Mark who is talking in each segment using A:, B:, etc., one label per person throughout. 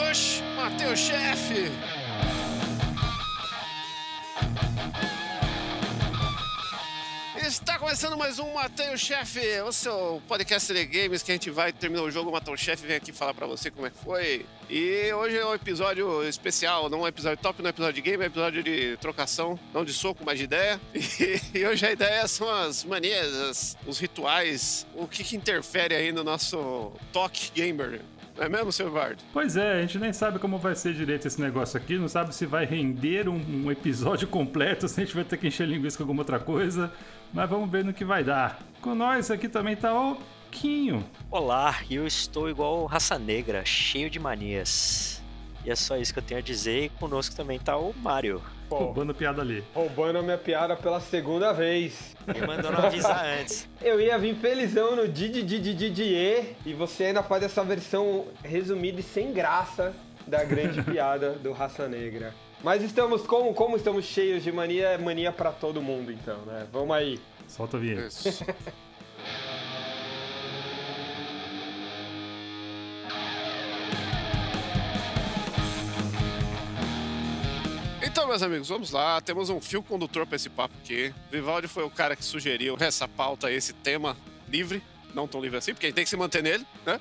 A: Menor, teu chefe! Está começando mais um Matei o Chefe, o seu podcast de games que a gente vai terminar o jogo, matou o chefe, vem aqui falar pra você como é que foi. E hoje é um episódio especial, não é um episódio top, não é um episódio de game, é um episódio de trocação, não de soco, mas de ideia. E, e hoje a ideia são as manias, as- os rituais, o que, que interfere aí no nosso toque gamer. Não é mesmo, seu Eduardo?
B: Pois é, a gente nem sabe como vai ser direito esse negócio aqui, não sabe se vai render um, um episódio completo, se a gente vai ter que encher linguiça com alguma outra coisa, mas vamos ver no que vai dar. Com nós aqui também tá o Quinho.
C: Olá, eu estou igual raça negra, cheio de manias. E é só isso que eu tenho a dizer. E conosco também tá o Mario.
D: Pô,
B: Roubando piada ali.
D: roubando a minha piada pela segunda vez.
C: Me mandou não avisar antes.
D: Eu ia vir felizão no Didi Didi Didier e você ainda faz essa versão resumida e sem graça da grande piada do Raça Negra. Mas estamos como, como estamos cheios de mania, é mania pra todo mundo então, né? Vamos aí.
B: Solta a vinheta.
A: Isso. Então, meus amigos, vamos lá. Temos um fio condutor para esse papo aqui. Vivaldi foi o cara que sugeriu essa pauta, esse tema livre. Não tão livre assim, porque a gente tem que se manter nele, né?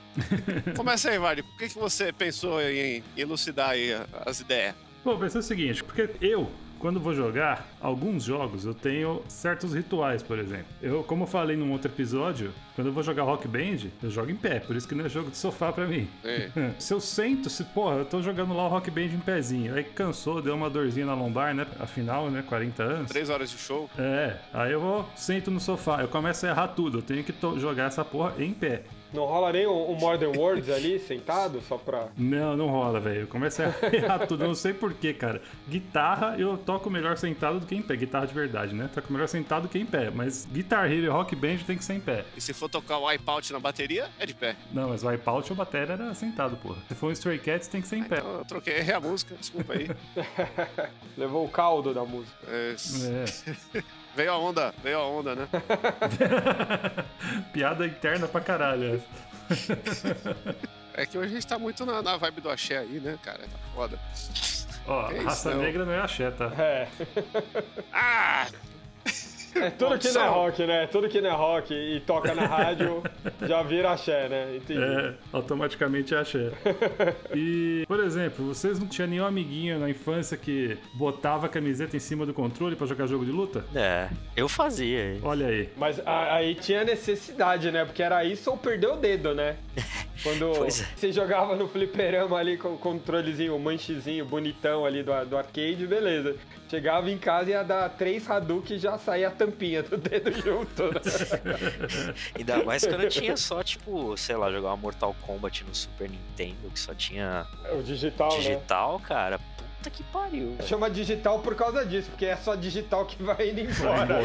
A: Começa aí, Vardy. O que, que você pensou em elucidar aí as ideias?
B: Bom, pensei o seguinte, porque eu, quando vou jogar alguns jogos, eu tenho certos rituais, por exemplo. Eu, como eu falei num outro episódio, quando eu vou jogar Rock Band, eu jogo em pé, por isso que não é jogo de sofá pra mim.
A: É.
B: Se eu sento, se, porra, eu tô jogando lá o Rock Band em pezinho, aí cansou, deu uma dorzinha na lombar, né? Afinal, né, 40 anos.
A: Três horas de show.
B: É, aí eu vou, sento no sofá, eu começo a errar tudo, eu tenho que to- jogar essa porra em pé.
D: Não rola nem um, um Modern Words ali sentado só pra
B: Não, não rola, velho. Eu começo a errar tudo, eu não sei porquê, cara. Guitarra eu toco melhor sentado do que em pé, guitarra de verdade, né? Toco melhor sentado do que em pé, mas Guitar Hero e Rock Band tem que ser em pé.
A: E se for tocar o iPod na bateria, é de pé.
B: Não, mas o Wipeout ou Batera era sentado, porra. Se for um Stray Cats tem que ser em pé.
A: Então, eu troquei errei a música, desculpa aí.
D: levou o caldo da música.
A: É,
B: É.
A: Veio a onda, veio a onda, né?
B: Piada interna pra caralho. essa.
A: É que hoje a gente tá muito na, na vibe do axé aí, né, cara? Tá foda.
B: Ó,
A: Que isso,
B: raça
A: não.
B: negra não é axé, tá?
D: É.
A: Ah!
D: É tudo que não é
A: Opção.
D: rock, né? Tudo que não é rock e toca na rádio já vira axé, né? Entendi.
B: É, automaticamente é axé. E, por exemplo, vocês não tinham nenhum amiguinho na infância que botava a camiseta em cima do controle pra jogar jogo de luta?
C: É, eu fazia.
B: Olha aí.
D: Mas a- aí tinha necessidade, né? Porque era isso ou perder o dedo, né? Quando
C: Pois é.
D: você jogava no fliperama ali com o controlezinho, o manchezinho bonitão ali do, a- do arcade, beleza. Chegava em casa e ia dar três Hadouken e já saía a tampinha do dedo junto, né?
C: Ainda mais quando eu tinha só, tipo, sei lá, jogar uma Mortal Kombat no Super Nintendo, que só tinha
D: O digital, né?
C: digital, cara. Puta que pariu. velho.
D: Chama digital por causa disso, porque é só digital que vai indo embora.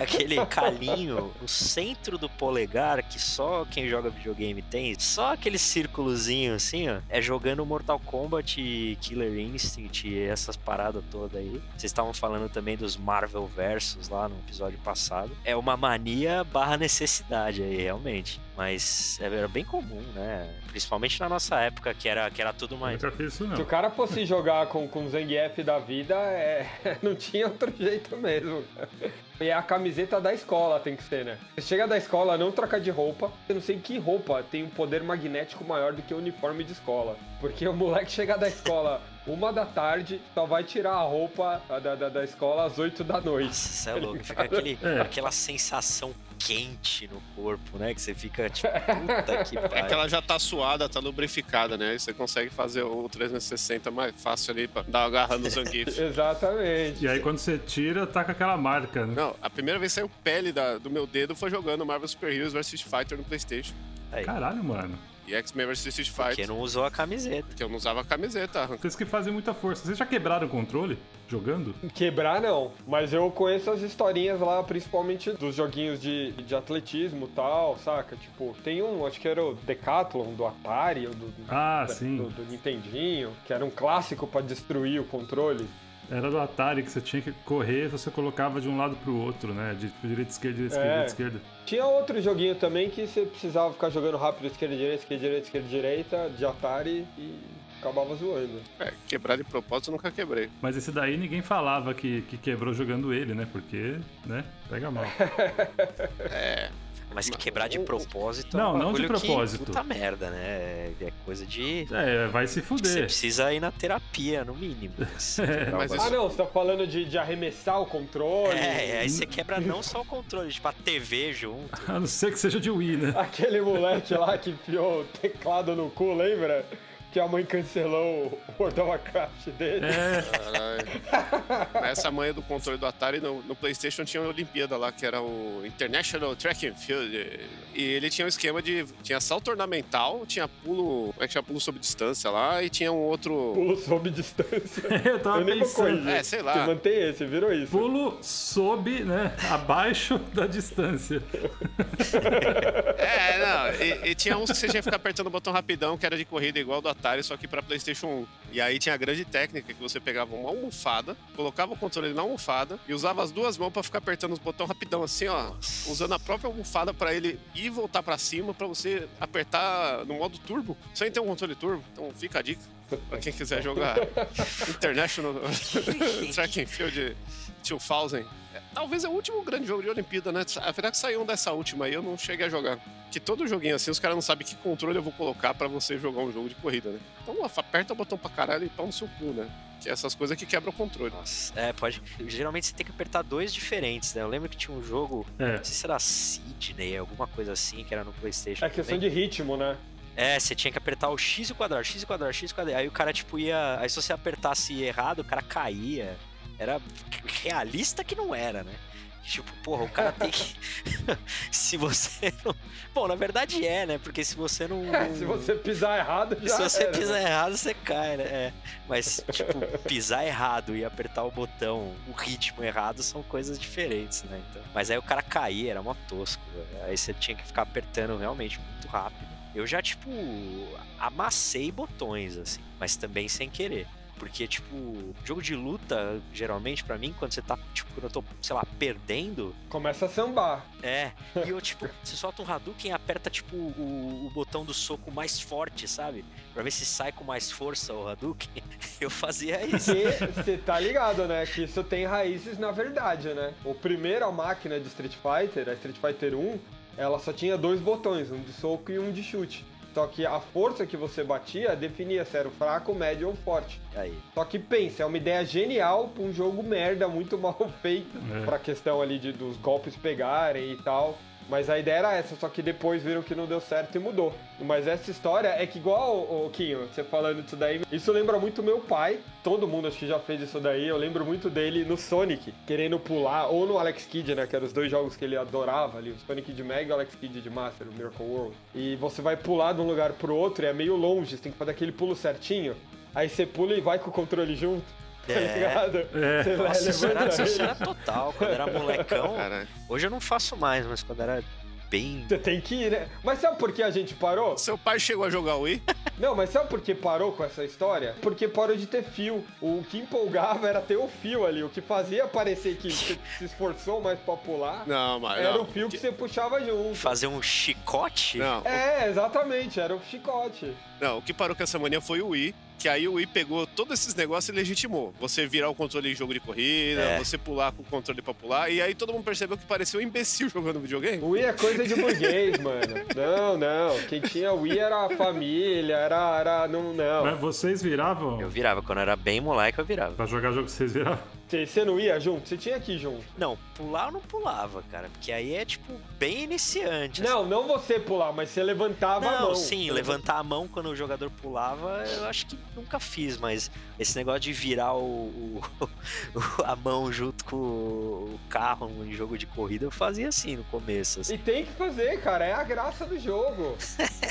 C: Aquele calinho no centro do polegar que só quem joga videogame tem. Só aquele círculozinho assim, ó. É jogando Mortal Kombat e Killer Instinct e essas paradas todas aí. Vocês estavam falando também dos Marvel Versus lá no episódio passado. É uma mania barra necessidade aí, realmente. Mas era bem comum, né? Principalmente na nossa época, que era, que era tudo mais.
B: Nunca fiz isso,
D: Se o
B: não.
D: cara fosse jogar com, com o Zangief da vida, é, não tinha outro jeito mesmo. E a camiseta da escola tem que ser, né? Você chega da escola, não troca de roupa. Eu não sei que roupa tem um poder magnético maior do que o uniforme de escola. Porque o moleque chega da escola uma da tarde, só vai tirar a roupa da, da, da escola às oito da noite.
C: Nossa, cê é louco. Fica aquele,
B: É.
C: aquela sensação quente no corpo, né? Que você fica tipo, puta que
A: É que
C: pariu.
A: ela já tá suada, tá lubrificada, né? Aí você consegue fazer um o 360 mais fácil ali pra dar uma garra no Zangief.
D: Exatamente.
B: E aí quando você tira, tá com aquela marca, né?
A: Não, a primeira vez que saiu pele da- do meu dedo foi jogando Marvel Super Heroes vs Street Fighter no Playstation.
C: Aí,
B: Caralho, mano.
A: E X-Men vs Street
C: porque
A: Fighter.
C: não usou a camiseta.
A: Porque eu não usava camiseta, arranca.
B: Vocês que fazem muita força. Vocês já quebraram o controle jogando?
D: Quebrar não, mas eu conheço as historinhas lá, principalmente dos joguinhos de, de atletismo e tal, saca? Tipo, tem um, acho que era o Decathlon do Atari ou do,
B: Ah,
D: da-
B: sim.
D: do, do Nintendinho, que era um clássico pra destruir o controle.
B: Era do Atari que você tinha que correr, você colocava de um lado pro outro, né? De direita, esquerda, direita, esquerda,
D: É.
B: direita, esquerda.
D: Tinha outro joguinho também que você precisava ficar jogando rápido, esquerda, direita, esquerda, direita, esquerda, direita, de Atari e acabava zoando.
A: É, quebrar de propósito eu nunca quebrei.
B: Mas esse daí ninguém falava que, que quebrou jogando ele, né? Porque, né? Pega mal.
A: É.
C: Mas quebrar de
A: Não,
C: propósito é
B: não,
C: um
B: não de
C: bagulho que-
B: propósito.
C: puta merda, né? É coisa de.
B: É, vai se
C: Você
B: fuder.
C: precisa ir na terapia, no mínimo. Assim, quebrar o
A: mas
C: bagulho.
D: Ah, não, você tá falando de, de arremessar o controle.
C: É, aí você quebra não só o controle, tipo a TV junto.
B: A não ser que seja de Wii, né?
D: Aquele moleque lá que enfiou o teclado no cu, lembra? Que a mãe cancelou o World of Warcraft dele.
B: É,
A: Caralho. Mas Essa manha do controle do Atari no, no PlayStation tinha uma Olimpíada lá, que era o International Track and Field. E ele tinha um esquema de. Tinha salto ornamental, tinha pulo. Como é que chama? Pulo sob distância lá, e tinha um outro.
D: Pulo sob distância.
B: eu tava
D: Eu nem vou
B: pensando.
D: corrigir.
A: É, sei lá.
D: Você mantém esse, virou isso.
B: Pulo sob, né? Abaixo da distância.
A: É, não. E, e tinha uns que você tinha que ficar apertando o botão rapidão, que era de corrida igual do Atari, só que pra PlayStation 1. E aí tinha a grande técnica que você pegava uma almofada, colocava o controle na almofada e usava as duas mãos pra ficar apertando os botões rapidão, assim, ó. Usando a própria almofada pra ele ir e voltar pra cima pra você apertar no modo turbo. Sem ter um controle turbo. Então fica a dica pra quem quiser jogar International Track and Field 2000. É, Talvez é o último grande jogo de Olimpíada, né? Afinal que saiu um dessa última aí, eu não cheguei a jogar. Que todo joguinho assim, os caras não sabem que controle eu vou colocar pra você jogar um jogo de corrida, né? Então ó, aperta o botão pra caralho e pau no seu cu, né? Que é essas coisas que quebram o controle.
C: Nossa, é, pode. Geralmente você tem que apertar dois diferentes, né? Eu lembro que tinha um jogo,
B: É.
C: não sei se era Sydney, alguma coisa assim, que era no PlayStation.
D: É questão
C: também.
D: de ritmo, né?
C: É, você tinha que apertar o X e o quadrado, X e o quadrado, X e o quadrado. Aí o cara, tipo, ia. Aí se você apertasse errado, o cara caía. Era realista que não era, né? Tipo, porra, o cara tem que. se você não. Bom, na verdade é, né? Porque se você não.
D: É, Se você pisar errado, já
C: Se você
D: era.
C: pisar errado, você cai, né? É. Mas, tipo, pisar errado e apertar o botão, o ritmo errado, são coisas diferentes, né? Então, mas aí o cara caía, era mó tosco. velho. Aí você tinha que ficar apertando realmente muito rápido. Eu já, tipo, amassei botões, assim, mas também sem querer. Porque, tipo, jogo de luta, geralmente, pra mim, quando você tá, tipo, quando eu tô, sei lá, perdendo,
D: Começa a sambar.
C: é, e eu, tipo, você solta um Hadouken e aperta, tipo, o, o botão do soco mais forte, sabe? Pra ver se sai com mais força o Hadouken. Eu fazia isso.
D: E você tá ligado, né? Que isso tem raízes na verdade, né? O primeiro a máquina de Street Fighter, a Street Fighter 1, ela só tinha dois botões, um de soco e um de chute. Só que a força que você batia definia se era o fraco, médio ou forte.
C: Aí,
D: Só que pensa, é uma ideia genial pra um jogo merda, muito mal feito,
B: É.
D: pra questão ali de, dos golpes pegarem e tal. Mas a ideia era essa, só que depois viram que não deu certo e mudou. Mas essa história é que igual, ô, ô, Quinho, você falando disso daí, isso lembra muito meu pai. Todo mundo acho que já fez isso daí. Eu lembro muito dele no Sonic, querendo pular, ou no Alex Kidd, né? Que eram os dois jogos que ele adorava ali, o Sonic de Mega e o Alex Kidd de Master, o Miracle World. E você vai pular de um lugar pro outro e é meio longe, você tem que fazer aquele pulo certinho. Aí você pula e vai com o controle junto. Tá
C: É.
D: ligado?
B: É.
D: Você vai
C: nossa, isso era,
D: levando ele.
C: isso era total. Quando era molecão,
A: Caralho.
C: hoje eu não faço mais, mas quando era bem...
D: Você tem que ir, né? Mas sabe por que a gente parou?
A: Seu pai chegou a jogar o Wii?
D: Não, mas sabe por que parou com essa história? Porque parou de ter fio. O que empolgava era ter o fio ali. O que fazia parecer que você se esforçou mais pra pular
A: Não, mano.
D: era um
A: não.
D: o fio que você puxava junto.
C: Fazer um chicote?
A: Não,
D: É, exatamente, era o chicote.
A: Não, o que parou com essa mania foi o Wii, que aí o Wii pegou todos esses negócios e legitimou. Você virar o controle em jogo de corrida,
C: É.
A: você pular com o controle pra pular, e aí todo mundo percebeu que parecia um imbecil jogando videogame.
D: O Wii é coisa de burguês, mano. Não, não. Quem tinha Wii era a família, era. era não, não.
B: Mas vocês viravam.
C: Eu virava. Quando era bem moleque, eu virava.
B: Pra jogar jogo, vocês viravam.
D: Você você não ia junto? Você tinha que ir junto.
C: Não, pular eu não pulava, cara. Porque aí é, tipo, bem iniciante. assim.
D: Não, não você pular, mas você levantava a
C: Não,
D: mão.
C: sim, levantar a mão quando o jogador pulava, eu acho que nunca fiz, mas esse negócio de virar o, o- o- a mão junto com o carro em jogo de corrida, eu fazia assim no começo. assim.
D: E tem que fazer, cara, é a graça do jogo.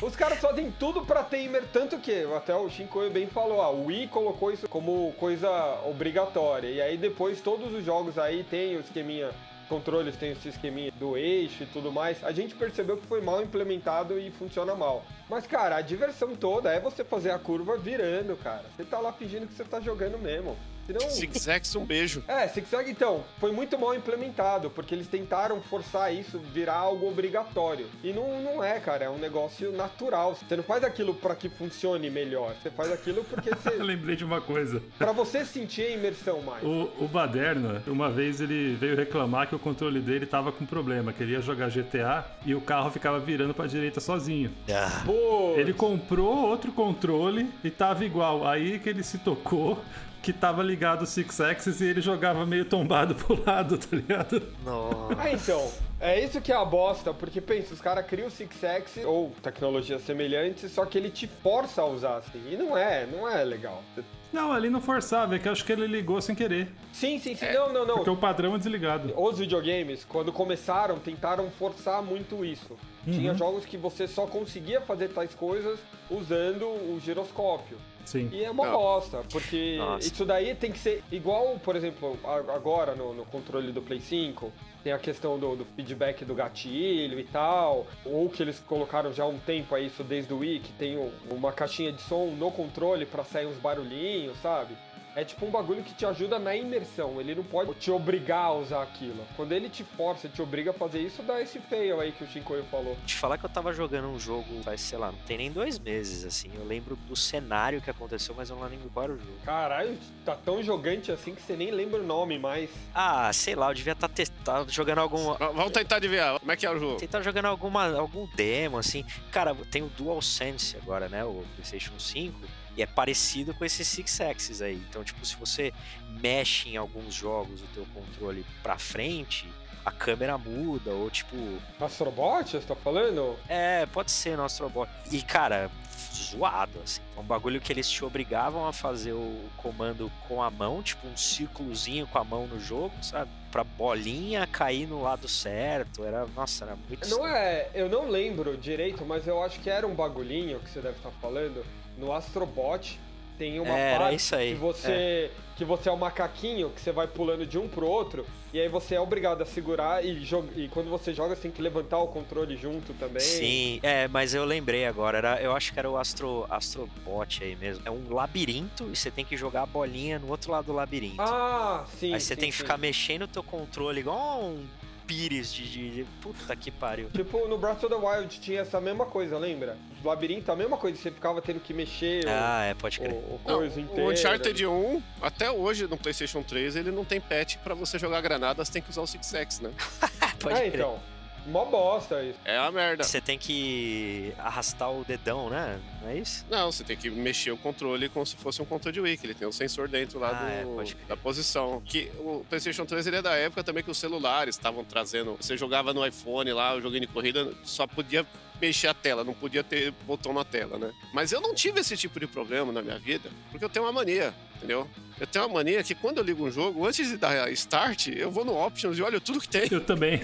D: Os caras fazem tudo pra ter imer, tanto que, até o Shinkoi bem falou, a Wii colocou isso como coisa obrigatória. E aí depois todos os jogos aí tem o esqueminha, controles tem esse esqueminha do eixo e tudo mais. A gente percebeu que foi mal implementado e funciona mal. Mas, cara, a diversão toda é você fazer a curva virando, cara. Você tá lá fingindo que você tá jogando mesmo. Senão.
A: Zigzags, um beijo.
D: É, zigue-zague, então, foi muito mal implementado, porque eles tentaram forçar isso, virar algo obrigatório. E não, não é, cara, é um negócio natural. Você não faz aquilo pra que funcione melhor, você faz aquilo porque
B: Eu
D: você...
B: lembrei de uma coisa.
D: pra você sentir a imersão mais.
B: O, o Baderna, uma vez ele veio reclamar que o controle dele tava com problema, que ele ia jogar GTA e o carro ficava virando pra direita sozinho.
C: Ah,
D: Pô,
B: Ele comprou outro controle e tava igual. Aí que ele se tocou que tava ligado o Six Axis e ele jogava meio tombado pro lado, tá ligado?
C: nossa.
D: Ah, então. É isso que é a bosta, porque pensa, os caras criam o Six Axis ou tecnologias semelhantes, só que ele te força a usar assim. E não é, não é legal.
B: Não, ele não forçava, é que eu acho que ele ligou sem querer.
D: Sim, sim, sim. Não, não, não.
B: Porque o padrão é desligado.
D: Os videogames, quando começaram, tentaram forçar muito isso. Tinha jogos que você só conseguia fazer tais coisas usando o giroscópio.
B: Sim.
D: E é uma
A: Não.
D: bosta, porque
C: Nossa.
D: isso daí tem que ser igual, por exemplo, a- agora no, no controle do Play 5, tem a questão do, do feedback do gatilho e tal, ou que eles colocaram já há um tempo aí, isso desde o Wii, que tem um- uma caixinha de som no controle pra sair uns barulhinhos, sabe? É tipo um bagulho que te ajuda na imersão, ele não pode te obrigar a usar aquilo. Quando ele te força, te obriga a fazer isso, dá esse fail aí que o Shinkoio falou.
C: Te falar que eu tava jogando um jogo faz, sei lá, não tem nem dois meses, assim. Eu lembro do cenário que aconteceu, mas eu não lembro qual era o jogo.
D: Caralho, tá tão jogante assim que você nem lembra o nome mais.
C: Ah, sei lá, eu devia estar tá jogando algum.
A: V- Vamos tentar adivinhar. Como é que é o jogo?
C: Tentar tá jogando alguma, algum demo, assim. Cara, tem o DualSense agora, né? O PlayStation 5. E é parecido com esse Six Axis aí. Então, tipo, se você mexe em alguns jogos o teu controle pra frente, a câmera muda, ou tipo.
D: Astrobot, você tá falando?
C: É, pode ser no Astrobot. E, cara, zoado, assim. É um bagulho que eles te obrigavam a fazer o comando com a mão, tipo um círculozinho com a mão no jogo, sabe? Pra bolinha cair no lado certo. Era, nossa, era muito
D: Não é, eu não lembro direito, mas eu acho que era um bagulhinho que você deve estar falando. No Astrobot tem uma
C: É, Era
D: parte
C: isso aí,
D: que você que você é o macaquinho que você vai pulando de um pro outro e aí você é obrigado a segurar e, jo- e quando você joga você tem que levantar o controle junto também.
C: Sim, é, mas eu lembrei agora. Era, eu acho que era o Astro, Astrobot aí mesmo. É um labirinto e você tem que jogar a bolinha no outro lado do labirinto.
D: Ah, sim.
C: aí você
D: sim,
C: tem que
D: sim.
C: ficar mexendo o teu controle igual um pires de, de- de- Puta que pariu.
D: Tipo, no Breath of the Wild tinha essa mesma coisa, lembra? O labirinto, a mesma coisa, você ficava tendo que mexer o-
C: Ah, é, pode
D: o,
C: crer.
D: o
A: Não,
D: coisa inteira.
A: o Uncharted 1, até hoje no PlayStation 3, ele não tem patch pra você jogar granadas, tem que usar o Six X, né?
C: Pode
D: é,
C: crer.
D: então. Mó bosta isso.
A: É uma merda.
C: Você tem que arrastar o dedão, né? Não é isso?
A: Não, você tem que mexer o controle como se fosse um controle de Wii, ele tem um sensor dentro lá
C: Ah, é,
A: do-
C: pode crer.
A: da posição. Que o PlayStation 3 ele é da época também que os celulares estavam trazendo. Você jogava no iPhone lá, o joguinho de corrida, só podia mexer a tela, não podia ter botão na tela, né? Mas eu não tive esse tipo de problema na minha vida, porque eu tenho uma mania, entendeu? Eu tenho uma mania que quando eu ligo um jogo, antes de dar start, eu vou no Options e olho tudo que tem.
B: Eu também.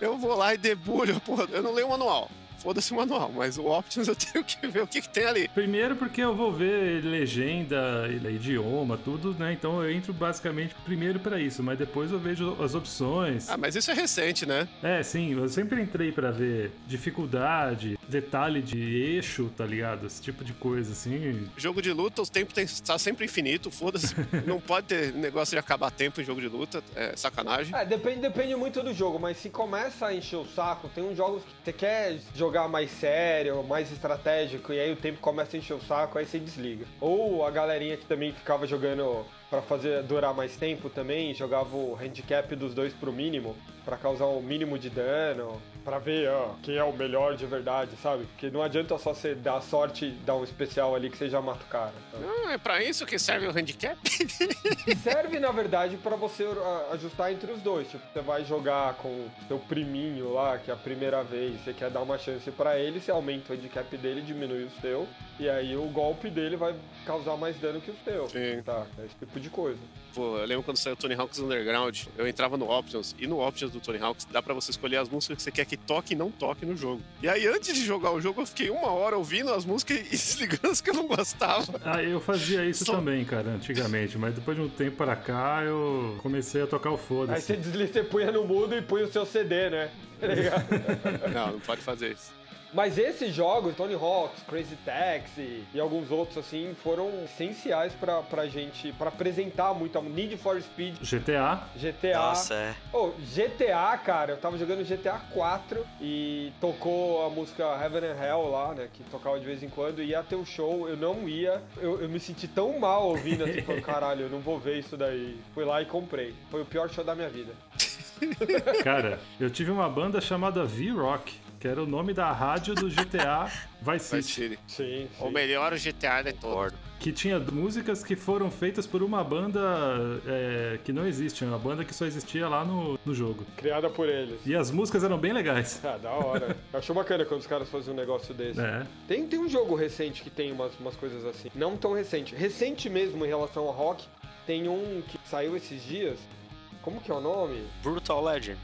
A: Eu vou lá e debulho, porra. Eu não leio o manual. Foda-se o manual, mas o Options eu tenho que ver o que, que tem ali.
B: Primeiro porque eu vou ver legenda, é idioma, tudo, né? Então eu entro basicamente primeiro pra isso, mas depois eu vejo as opções.
A: Ah, mas isso é recente, né?
B: É, sim, eu sempre entrei pra ver dificuldade, detalhe de eixo, tá ligado? Esse tipo de coisa assim.
A: Jogo de luta, o tempo tem, tá sempre infinito, foda-se. Não pode ter negócio de acabar tempo em jogo de luta, é sacanagem.
D: É, depende, depende muito do jogo, mas se começa a encher o saco, tem uns jogos que você quer jogar mais sério, mais estratégico, e aí o tempo começa a encher o saco, aí você desliga. Ou a galerinha que também ficava jogando pra fazer durar mais tempo também, jogava o handicap dos dois pro mínimo, pra causar o mínimo de dano, pra ver ó, quem é o melhor de verdade, sabe? Porque não adianta só você dar sorte e dar um especial ali que você já mata o cara. tá? sabe?
A: Ah, é pra isso que serve o handicap?
D: Serve, na verdade, pra você ah, ajustar entre os dois. Tipo, você vai jogar com seu priminho lá, que é a primeira vez, você quer dar uma chance pra ele, você aumenta o handicap dele, diminui o seu, e aí o golpe dele vai causar mais dano que o seu.
A: Sim.
D: Tá, é esse tipo de coisa.
A: Pô, eu lembro quando saiu o Tony Hawk's Underground, eu entrava no Options, e no Options do Tony Hawk's dá pra você escolher as músicas que você quer que toque e não toque no jogo. E aí, antes de jogar o jogo, eu fiquei uma hora ouvindo as músicas e desligando as que eu não gostava.
B: Ah, eu fazia isso
A: Só-
B: também, cara, antigamente, mas depois de um tempo pra cá eu comecei a tocar o
D: Aí
B: foda-se.
D: você desliza, você punha no mudo e põe o seu CD, né? Tá ligado?
A: Não, não pode fazer isso.
D: Mas esses jogos, Tony Hawk's, Crazy Taxi e alguns outros assim, foram essenciais pra, pra gente, pra apresentar muito a Need for Speed,
B: GTA.
D: GTA.
C: Nossa, é.
D: Ô, GTA, cara, eu tava jogando GTA 4 e tocou a música Heaven and Hell lá, né? Que tocava de vez em quando, ia ter o show, eu não ia. Eu, eu me senti tão mal ouvindo assim, falando, caralho, eu não vou ver isso daí. Fui lá e comprei. Foi o pior show da minha vida.
B: Cara, eu tive uma banda chamada V-Rock, que era o nome da rádio do GTA Vice
A: Vai,
B: City,
A: Chile.
D: Sim,
A: Ou melhor, o GTA de é todo.
C: Concordo.
B: que tinha músicas que foram feitas por uma banda é, que não existe, uma banda que só existia lá no, no jogo.
D: Criada por eles.
B: E as músicas eram bem legais.
D: Ah, da hora. Eu acho bacana quando os caras fazem um negócio desse.
B: É.
D: Tem, tem um jogo recente que tem umas, umas coisas assim. Não tão recente. Recente mesmo em relação ao rock, tem um que saiu esses dias. Como que é o nome?
C: Brutal Legend.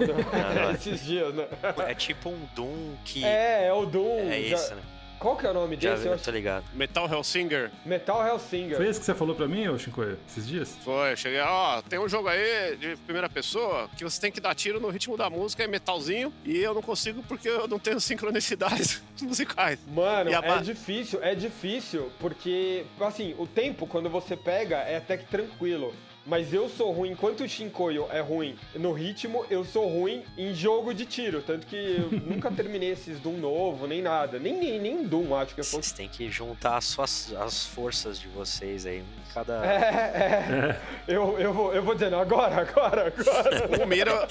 D: não.
C: Ah, não.
D: esses dias, né?
C: É tipo um Doom que. É,
D: É, é o Doom. Já-
C: isso, né?
D: Qual que é o nome
C: Já
D: desse?
C: vi,
D: Eu
C: eu
D: acho...
C: tô ligado.
A: Metal Hellsinger.
D: Metal Hellsinger.
B: Foi esse que você falou pra mim, ô Shinkoio, esses dias?
A: Foi, eu cheguei, ó, tem um jogo aí de primeira pessoa que você tem que dar tiro no ritmo da música, é metalzinho, e eu não consigo porque eu não tenho sincronicidades musicais.
D: Mano,
A: E a
D: é
A: ba-
D: difícil, é difícil, porque, assim, o tempo, quando você pega, é até que tranquilo. Mas eu sou ruim, enquanto o Shinkoio é ruim no ritmo, eu sou ruim em jogo de tiro. Tanto que eu nunca terminei esses Doom novo, nem nada. Nem, nem, nem Doom, acho que eu sou.
C: Vocês têm que juntar as, suas, as forças de vocês aí. um em Cada.
D: É, é. Eu, eu, vou, eu vou dizendo, agora, agora, agora.
A: Um mira,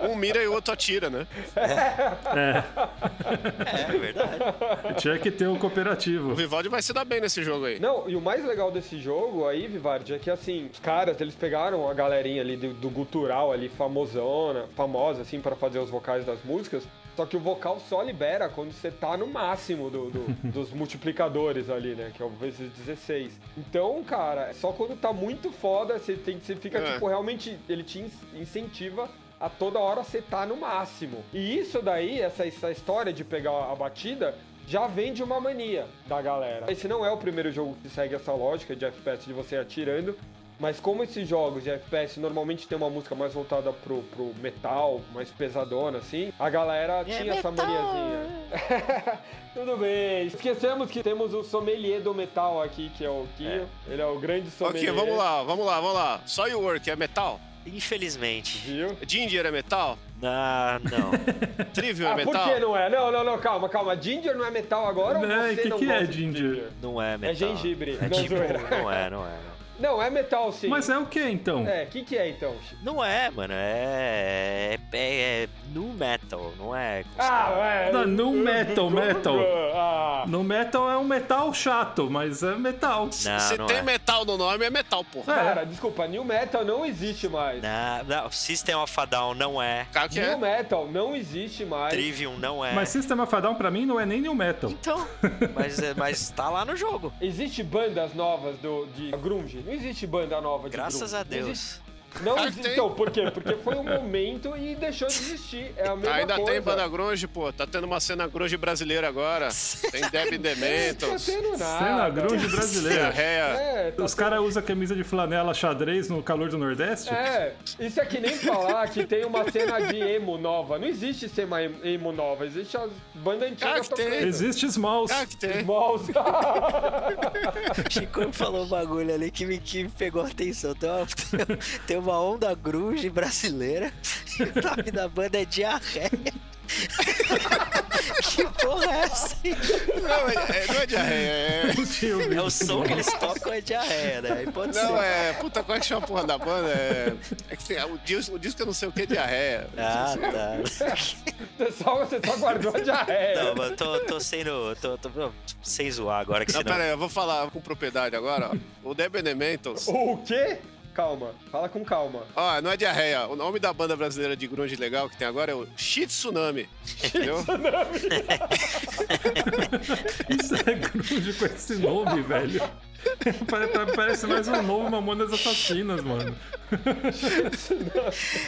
A: um mira e o outro atira, né?
C: é verdade.
B: Tinha que ter um cooperativo.
A: O Vivaldi vai se dar bem nesse jogo aí.
D: Não, e o mais legal desse jogo aí, Vivardi, é que assim, os caras, eles pegaram a galerinha ali do, do gutural ali, famosona, famosa, assim, pra fazer os vocais das músicas. Só que o vocal só libera quando você tá no máximo do- do- dos multiplicadores ali, né? Que é o vezes 16. Então, cara, só quando tá muito foda, você, tem, você fica,
A: É.
D: tipo, realmente. Ele te in- incentiva a toda hora você tá no máximo. E isso daí, essa, essa história de pegar a batida, já vem de uma mania da galera. Esse não é o primeiro jogo que segue essa lógica de FPS de você atirando. Mas como esses jogos de FPS normalmente tem uma música mais voltada pro, pro metal, mais pesadona, assim, a galera tinha essa maniazinha. Tudo bem. Esquecemos que temos o sommelier do metal aqui, que é o Kio. Ele é o grande sommelier.
A: Ok, vamos lá, vamos lá, vamos lá. Só o Work é metal?
C: Infelizmente.
D: Viu?
A: Ginger é metal?
C: Ah, não.
A: Trivial
D: Ah,
A: é metal?
D: por que não é? Não, não, não, calma, calma. Ginger não é metal agora ou
B: Não,
D: você
B: e que
D: não
B: que é
D: gosta de
B: ginger?
C: Não é metal.
D: gengibre,
C: É
D: não,
C: tipo,
D: zoeira.
C: não é, não é. não.
D: Não, é metal sim.
B: Mas é o que então?
D: É, o que que é então? Chico?
C: Não é, mano. É. É, é, é nu metal, não é?
D: Ah, é.
B: Não, no metal, metal.
D: Ah,
B: No metal é um metal chato, mas é metal.
C: Não,
A: Se
C: não
A: tem
C: é.
A: metal no nome, é metal, porra.
D: cara, desculpa, new metal não existe mais.
C: Não, não, System of a Down não é.
A: Cara que é.
D: New metal não existe mais.
C: Trivium não é.
B: Mas System of a Down pra mim não é nem new metal.
C: Então, mas, é- mas tá lá no jogo.
D: Existe bandas novas do, de grunge? Não existe banda nova de
C: Graças
D: grunge.
C: a
D: Não
C: Deus.
D: existe- Não
A: Ah,
D: existe.
A: tem.
D: Então, por quê? Porque foi um momento e deixou de existir. É a mesma
A: Ainda
D: coisa.
A: tem banda grunge, pô. Tá tendo uma cena grunge brasileira agora. Tem Debbie
D: Não
A: Dementors.
D: tá tendo nada.
B: Cena grunge brasileira.
A: Diarreia.
D: É, tá
B: Os caras usam camisa de flanela xadrez no calor do Nordeste?
D: É, isso é que nem falar que tem uma cena de emo nova. Não existe cena em- emo nova, existe as bandas
C: Ah,
A: Claro
D: antigas
A: que tem.
D: tocando.
B: Existe Smalls.
A: Cara que tem.
D: Balls.
C: Chico falou um bagulho ali que me, que me pegou a atenção. Tem uma, tem uma onda grunge brasileira e o nome da banda é Diarreia. que porra é essa?
A: Não, é, é- não é diarreia, é.
B: Tio,
C: É o som que eles tocam é Diarreia, né? Aí pode
A: Não,
C: ser.
A: é. Puta, qual é que chama a porra da banda? É, é que tem, o, disco, o disco eu não sei o que é diarreia.
C: Ah, tá.
D: Você só, você só guardou a diarreia.
C: Não, mas tô, tô sendo. Tô, tô, tô sem zoar agora que
A: Não,
C: senão.
A: pera aí, eu vou falar com propriedade agora. ó. O The Benementals.
D: O quê? Calma, fala com calma.
A: Ó, não é diarreia. O nome da banda brasileira de grunge legal que tem agora é o Shitsunami. Entendeu?
B: Isso é grunge com esse nome, velho. Pare- pare- Parece mais um novo Mamonas Assassinas, mano.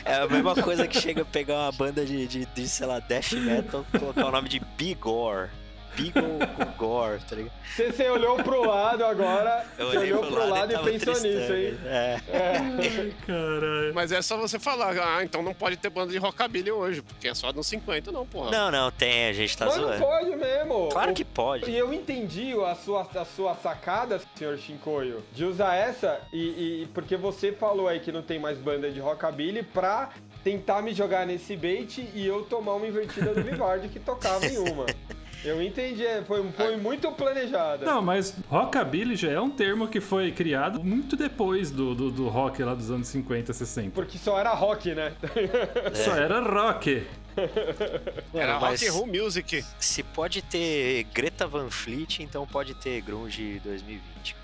C: É a mesma coisa que chega a pegar uma banda de, de, de, sei lá, death metal e colocar o nome de Bigor. Beagle com Gore, tá ligado?
D: Você, você olhou pro lado agora,
C: Eu
D: você
C: olhei
D: olhou
C: pro
D: pro
C: lado e
D: lado e
C: tava
D: pensou
C: Tristana.
D: nisso, hein?
C: É.
B: Ai, caralho.
A: Mas é só você falar, ah, então não pode ter banda de rockabilly hoje, porque é só nos 50, não, porra.
C: Não, não, tem, a gente tá
D: Mas não
C: zoando.
D: pode mesmo.
C: Claro que
D: E é-
C: pode.
D: eu entendi a sua, a sua sacada, senhor Shinkoio, de usar essa e, e- porque você falou aí que não tem mais banda de rockabilly pra tentar me jogar nesse bait e eu tomar uma invertida do Vivardi que tocava em uma. Eu entendi, é, foi, foi muito planejada.
B: Não, mas rockabilly já é um termo que foi criado muito depois do, do, do rock lá dos anos 50, 60.
D: Porque só era rock, né?
B: Só era rock.
A: Era
C: Mano, mas
A: rock and roll music.
C: se pode ter Greta Van Fleet, então pode ter Grunge 2020.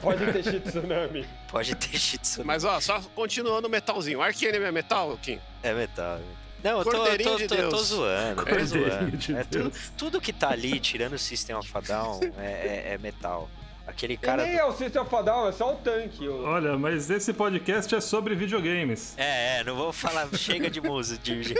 D: Pode ter sido tsunami.
C: Pode ter Shitsune.
A: Mas ó, só continuando o metalzinho. Ark Enemy é metal, Kim?
C: É metal. é metal. Não, eu tô, eu
A: Cordeirinho
C: tô,
A: de
C: tô- tô
A: Deus.
C: zoando, tô
B: Cordeirinho
C: zoando.
B: de
C: É tudo,
B: Deus.
C: tudo que tá ali, tirando o System of a Down, é, é- é metal. Aquele cara.
D: nem
C: do-
D: é o System of a Down, é só o tanque. o-
B: Olha, mas esse podcast é sobre videogames.
C: É, é, não vou falar, chega de música. de- de-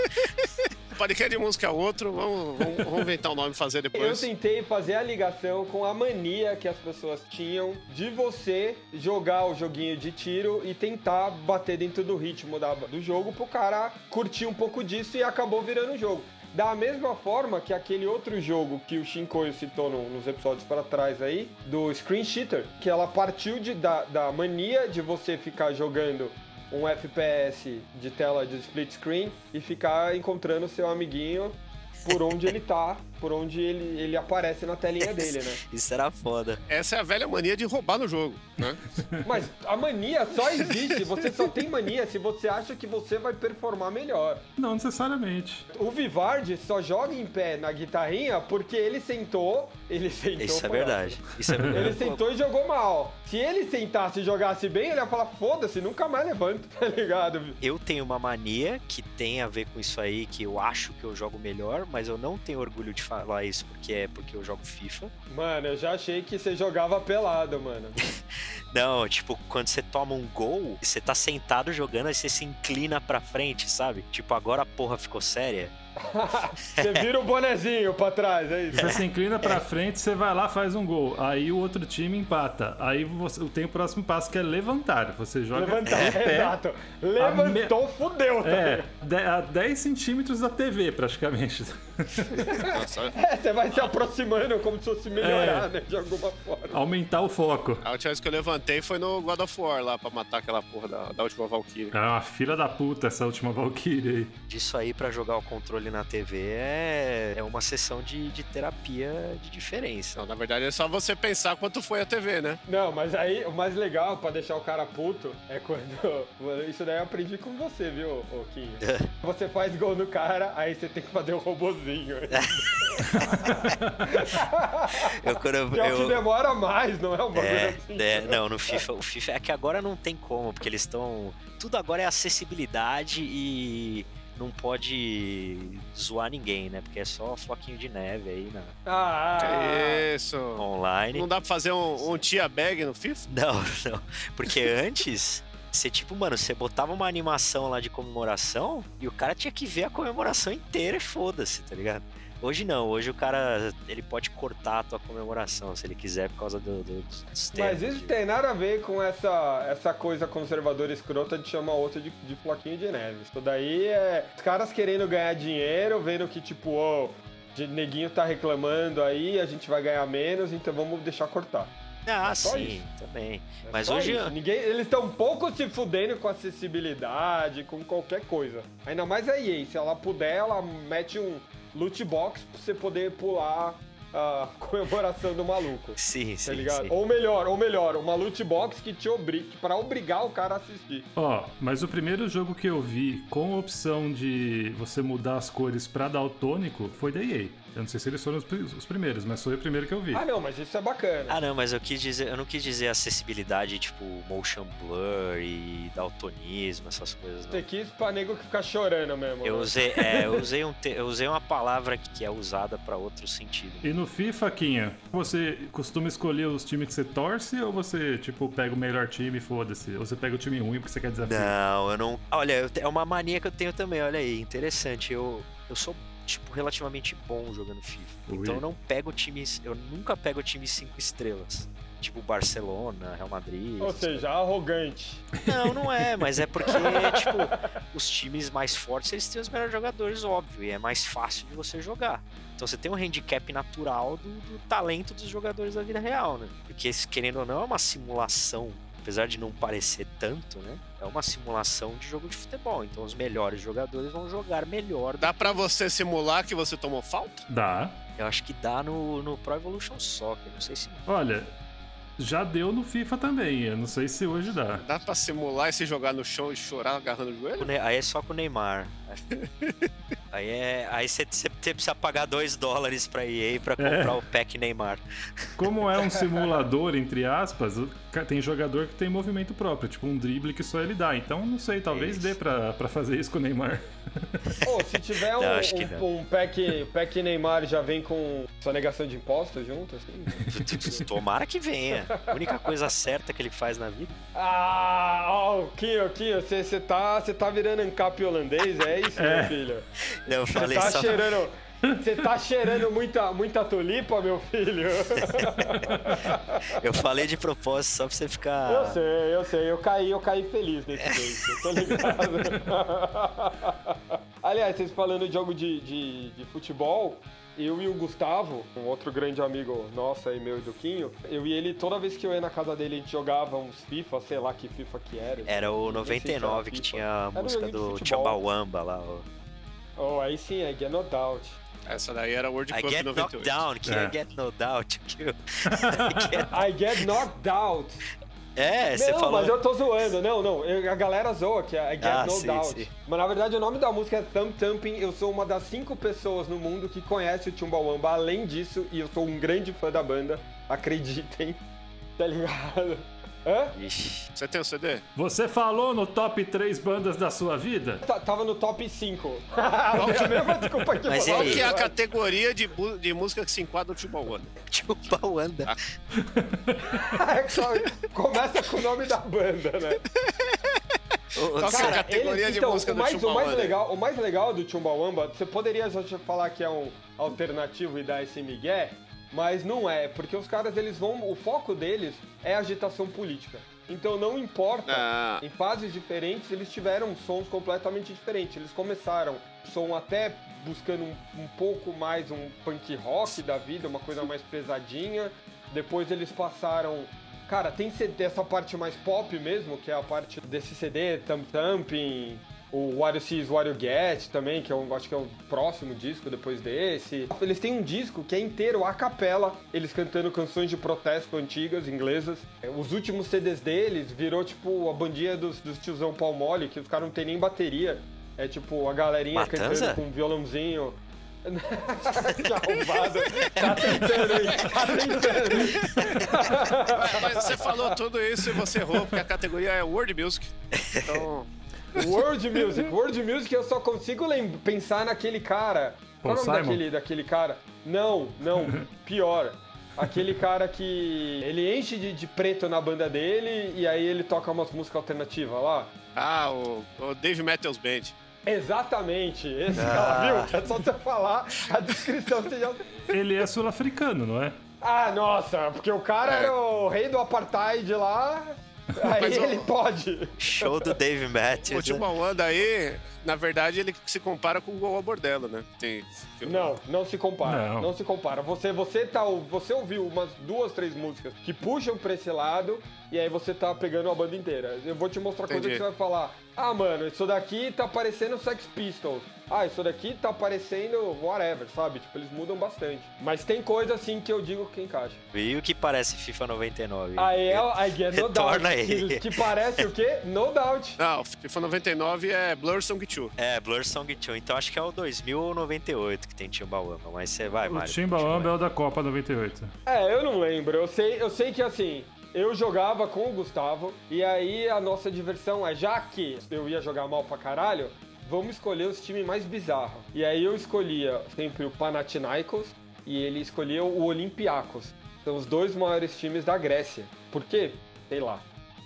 A: Podcast de música é outro, vamos, vamos, vamos inventar o nome e fazer
D: Eu
A: depois.
D: tentei fazer a ligação com a mania que as pessoas tinham de você jogar o joguinho de tiro e tentar bater dentro do ritmo da- do jogo pro cara curtir um pouco disso e acabou virando o jogo. Da mesma forma que aquele outro jogo que o Shinkoio citou no- nos episódios pra trás aí, do Screen Cheater, que ela partiu de- da, da mania de você ficar jogando um FPS de tela de split screen e ficar encontrando seu amiguinho por onde ele tá, por onde ele, ele aparece na telinha dele, né?
C: Isso era foda.
A: Essa é a velha mania de roubar no jogo, né?
D: Mas a mania só existe, você só tem mania se você acha que você vai performar melhor.
B: Não necessariamente.
D: O Vivardi só joga em pé na guitarrinha porque ele sentou, ele sentou.
C: Isso é
D: foi ótimo.
C: verdade. Isso é verdade.
D: Ele sentou e jogou mal. Se ele sentasse e jogasse bem, ele ia falar, foda-se, nunca mais levanto, tá ligado?
C: Eu tenho uma mania que tem a ver com isso aí, que eu acho que eu jogo melhor, mas eu não tenho orgulho de falar isso porque é porque eu jogo FIFA.
D: Mano, eu já achei que você jogava pelado, mano.
C: Não, tipo, quando você toma um gol, você tá sentado jogando, aí você se inclina pra frente, sabe? Tipo, agora a porra ficou séria.
D: Você vira o bonezinho pra trás, é isso.
B: Você se inclina pra frente, você vai lá, faz um gol. Aí o outro time empata. Aí você tem o próximo passo que é levantar. Você joga
D: Levantar,
B: em pé.
D: exato. Levantou, fudeu, tá
B: É,
D: ligado?
B: de- a 10 centímetros da TV, praticamente.
A: Nossa,
D: É, você vai se aproximando como se fosse melhorar,
B: É.
D: né? De alguma forma.
B: Aumentar o foco.
A: a última vez que eu levantei foi no God of War lá, pra matar aquela porra da, da última Valkyrie.
B: É uma filha da puta essa última Valkyrie aí.
C: Disso aí pra jogar o controle na TV é, é uma sessão de, de terapia de diferença.
A: Não, na verdade é só você pensar quanto foi a TV, né?
D: Não, mas aí o mais legal pra deixar o cara puto é quando. Isso daí eu aprendi com você, viu, ô Kim?
C: É.
D: Você faz gol no cara, aí você tem que fazer o robozinho. É
C: Eu, quando eu,
D: Que é o que
C: eu-
D: demora mais, não é um bagulho
C: É,
D: assim.
C: é, não, no FIFA, o FIFA é que agora não tem como, porque eles estão. Tudo agora é acessibilidade e não pode zoar ninguém, né? Porque é só floquinho de neve aí na
D: Ah,
C: É.
A: Que Isso. Não
C: online.
A: dá pra fazer um, um tia bag no FIFA?
C: Não, não. Porque antes, você tipo, mano, você botava uma animação lá de comemoração e o cara tinha que ver a comemoração inteira e foda-se, tá ligado? Hoje não, hoje o cara ele pode cortar a tua comemoração se ele quiser por causa do, do, dos
D: Mas
C: termos
D: isso
C: de-
D: tem nada a ver com essa, essa coisa conservadora escrota de chamar outro de, de floquinho de neve. Isso daí é os caras querendo ganhar dinheiro, vendo que tipo, ó, de neguinho tá reclamando aí, a gente vai ganhar menos, então vamos deixar cortar.
C: Ah,
D: é só
C: sim, também.
D: É
C: Mas
D: só
C: hoje-
D: isso. Ninguém, eles estão um pouco se fudendo com acessibilidade, com qualquer coisa. Ainda mais a EA, se ela puder, ela mete um loot box pra você poder pular a comemoração do maluco.
C: Sim, sim.
D: Tá ligado?
C: sim.
D: Ou melhor, ou melhor, uma loot box que te obriga, para obrigar o cara a assistir.
B: Ó, mas o primeiro jogo que eu vi com a opção de você mudar as cores pra daltônico foi da EA. Eu não sei se eles foram os, pri- os primeiros, mas foi o primeiro que eu vi.
D: Ah, não, mas isso é bacana.
C: Ah, não, mas eu quis dizer, eu não quis dizer acessibilidade tipo motion blur e daltonismo, essas coisas. Não.
D: Você quis é pra nego que fica chorando mesmo.
C: Eu
D: né?
C: usei, é, eu usei um, te- eu usei uma palavra que é usada pra outro sentido.
B: E no FIFA, Quinha, você costuma escolher os times que você torce ou você, tipo, pega o melhor time e foda-se? Ou você pega o time ruim porque você quer desafio?
C: Não, eu não. Olha, eu te- é uma mania que eu tenho também, olha aí, interessante. Eu, eu sou tipo, relativamente bom jogando FIFA.
B: Ui.
C: Então eu não pego times. Eu nunca pego times cinco estrelas. Tipo Barcelona, Real Madrid.
D: Ou
C: essas
D: seja, arrogante.
C: não, não é, mas é porque, tipo, os times mais fortes, eles têm os melhores jogadores, óbvio, e é mais fácil de você jogar. Então você tem um handicap natural do, do talento dos jogadores da vida real, né? Porque, se- querendo ou não, é uma simulação, apesar de não parecer tanto, né? É uma simulação de jogo de futebol. Então os melhores jogadores vão jogar melhor.
A: Dá pra você simular que você tomou falta?
B: Dá.
C: Eu acho que dá no, no Pro Evolution Soccer, não sei se...
B: Olha, já deu no FIFA também. Eu não sei se hoje dá.
A: Dá pra simular e se jogar no chão e chorar agarrando o joelho?
C: com o Ne- Aí é só com o Neymar. Aí é, aí você você precisa pagar 2 dólares pra EA pra comprar o pack Neymar.
B: Como é um simulador, entre aspas, o ca- tem jogador que tem movimento próprio, tipo um drible que só ele dá. Então, não sei, talvez
C: Isso.
B: dê pra, pra fazer isso com o Neymar.
D: Pô, se tiver um,
C: Não, acho que
D: um-
C: não.
D: um pack, pack Neymar já vem com sua negação de imposto junto, assim.
C: tipo, Tomara que venha. A única coisa certa que ele faz na vida.
D: Ah, ó, Kinho, Kinho, você tá, cê tá virando ancap holandês, é isso, meu filho?
C: Não, eu
D: Você
C: falei
D: tá
C: só.
D: cheirando. Você tá cheirando muita, muita tulipa, meu filho?
C: Eu falei de propósito só pra você ficar.
D: Eu sei, eu sei, eu caí, eu caí feliz nesse date, eu tô ligado. Aliás, vocês falando de jogo de, de, de futebol, eu e o Gustavo, um outro grande amigo nosso aí, meu e do Quinho, eu e ele, toda vez que eu ia na casa dele, a gente jogava uns FIFA, sei lá que FIFA que era.
C: Era o
D: Nem sei se era
C: 99 que
D: FIFA.
C: tinha a
D: Era um
C: música
D: joguinho de
C: do
D: futebol.
C: Chambawamba lá. o-
D: Oh, aí sim, aí é no doubt.
A: Essa daí era World
C: I
A: Cup
C: get knocked
A: 98.
C: down, que I
B: É.
C: get no doubt. que eu-
D: I get knocked out.
C: É, você
D: não,
C: falou.
D: mas eu tô zoando. Não, não. eu- a galera zoa que é I Get
C: Ah,
D: No
C: sim,
D: Doubt.
C: sim.
D: Mas na verdade o nome da música é Thumb Thumping. Eu sou uma das cinco pessoas no mundo que conhece o Chumbawamba. Além disso, e eu sou um grande fã da banda. Acreditem. Tá ligado? Hã?
C: Ixi.
A: Você tem o CD?
B: Você falou no top 3 bandas da sua vida?
D: Tá- tava no top 5. a mesma desculpa que
C: Mas e
A: Qual
C: aí?
A: que é a categoria de, bu- de música que se enquadra no Chumbawanda?
C: Chambawamba.
D: É que só- Começa com o nome da banda, né?
C: Ô, ô,
A: Qual que é a
C: cara,
A: categoria
D: ele- então,
A: de música
D: o
A: do
D: mais, o mais
A: Chumbawamba?
D: legal, o mais legal do Chumbawamba, você poderia só te falar que é um alternativo e dar esse migué, mas não é, porque os caras eles vão, o foco deles é agitação política. Então não importa,
A: Ah.
D: em fases diferentes eles tiveram sons completamente diferentes. Eles começaram som até buscando um, um pouco mais um punk rock da vida, uma coisa mais pesadinha. Depois eles passaram Cara, tem CD, essa parte mais pop mesmo, que é a parte desse CD, Thumb Thumping, o What You See Is What You Get também, que eu acho que é o próximo disco depois desse. Eles têm um disco que é inteiro a capela, eles cantando canções de protesto antigas, inglesas. É, Os últimos CDs deles virou tipo a bandinha dos, dos tiozão pau mole, que os caras não tem nem bateria. É tipo a galerinha
C: Matanza?
D: cantando com um violãozinho. que arrombado. Tá tentando, hein? Tá tentando.
A: Mas você falou tudo isso e você errou, porque a categoria é World Music. Então,
D: World Music. World Music eu só consigo lem- pensar naquele cara. Qual
B: Paul
D: o nome
B: Simon?
D: daquele, daquele cara? Não, não. Pior. Aquele cara que ele enche de, de preto na banda dele e aí ele toca umas músicas alternativas lá.
A: ah, o, o Dave Matthews Band.
D: Exatamente. Esse
A: Ah.
D: cara, viu? É só você falar a descrição. Você já...
B: Ele é sul-africano, não é?
D: Ah, nossa, porque o cara
A: É.
D: era o rei do apartheid lá. Aí
A: Mas o-
D: ele pode.
C: Show do Dave
A: O
C: Matthews. né?
A: Chumbawanda aí, na verdade, ele se compara com o Goa Bordello, né? Tem, tem-
D: Não, não se compara. Não,
B: Não.
D: se compara. Você, você, tá, ou- você ouviu umas duas, três músicas que puxam pra esse lado e aí você tá pegando a banda inteira. Eu vou te mostrar coisa que
A: Entendi.
D: você vai falar. Ah, mano, isso daqui tá parecendo Sex Pistols. Ah, isso daqui tá parecendo whatever, sabe? Tipo, eles mudam bastante. Mas tem coisa assim que eu digo que encaixa.
C: E o que parece FIFA 99?
D: Aí é, o- aí é No Doubt.
C: Retorna aí.
D: Que, que parece o quê? No Doubt.
A: Não, FIFA 99 é Blur Song 2.
C: É, Blur Song 2. Então acho que é o 2000 ou 98 que tem Timbawamba. Mas você vai,
B: O
C: Mário.
B: Timbaland é o da Copa 98.
D: É, eu não lembro. Eu sei, eu sei que assim, eu jogava com o Gustavo e aí a nossa diversão é já que eu ia jogar mal pra caralho, vamos escolher os times mais bizarros. E aí eu escolhia sempre o Panathinaikos e ele escolheu o Olympiacos. São os dois maiores times da Grécia. Por quê? Sei lá.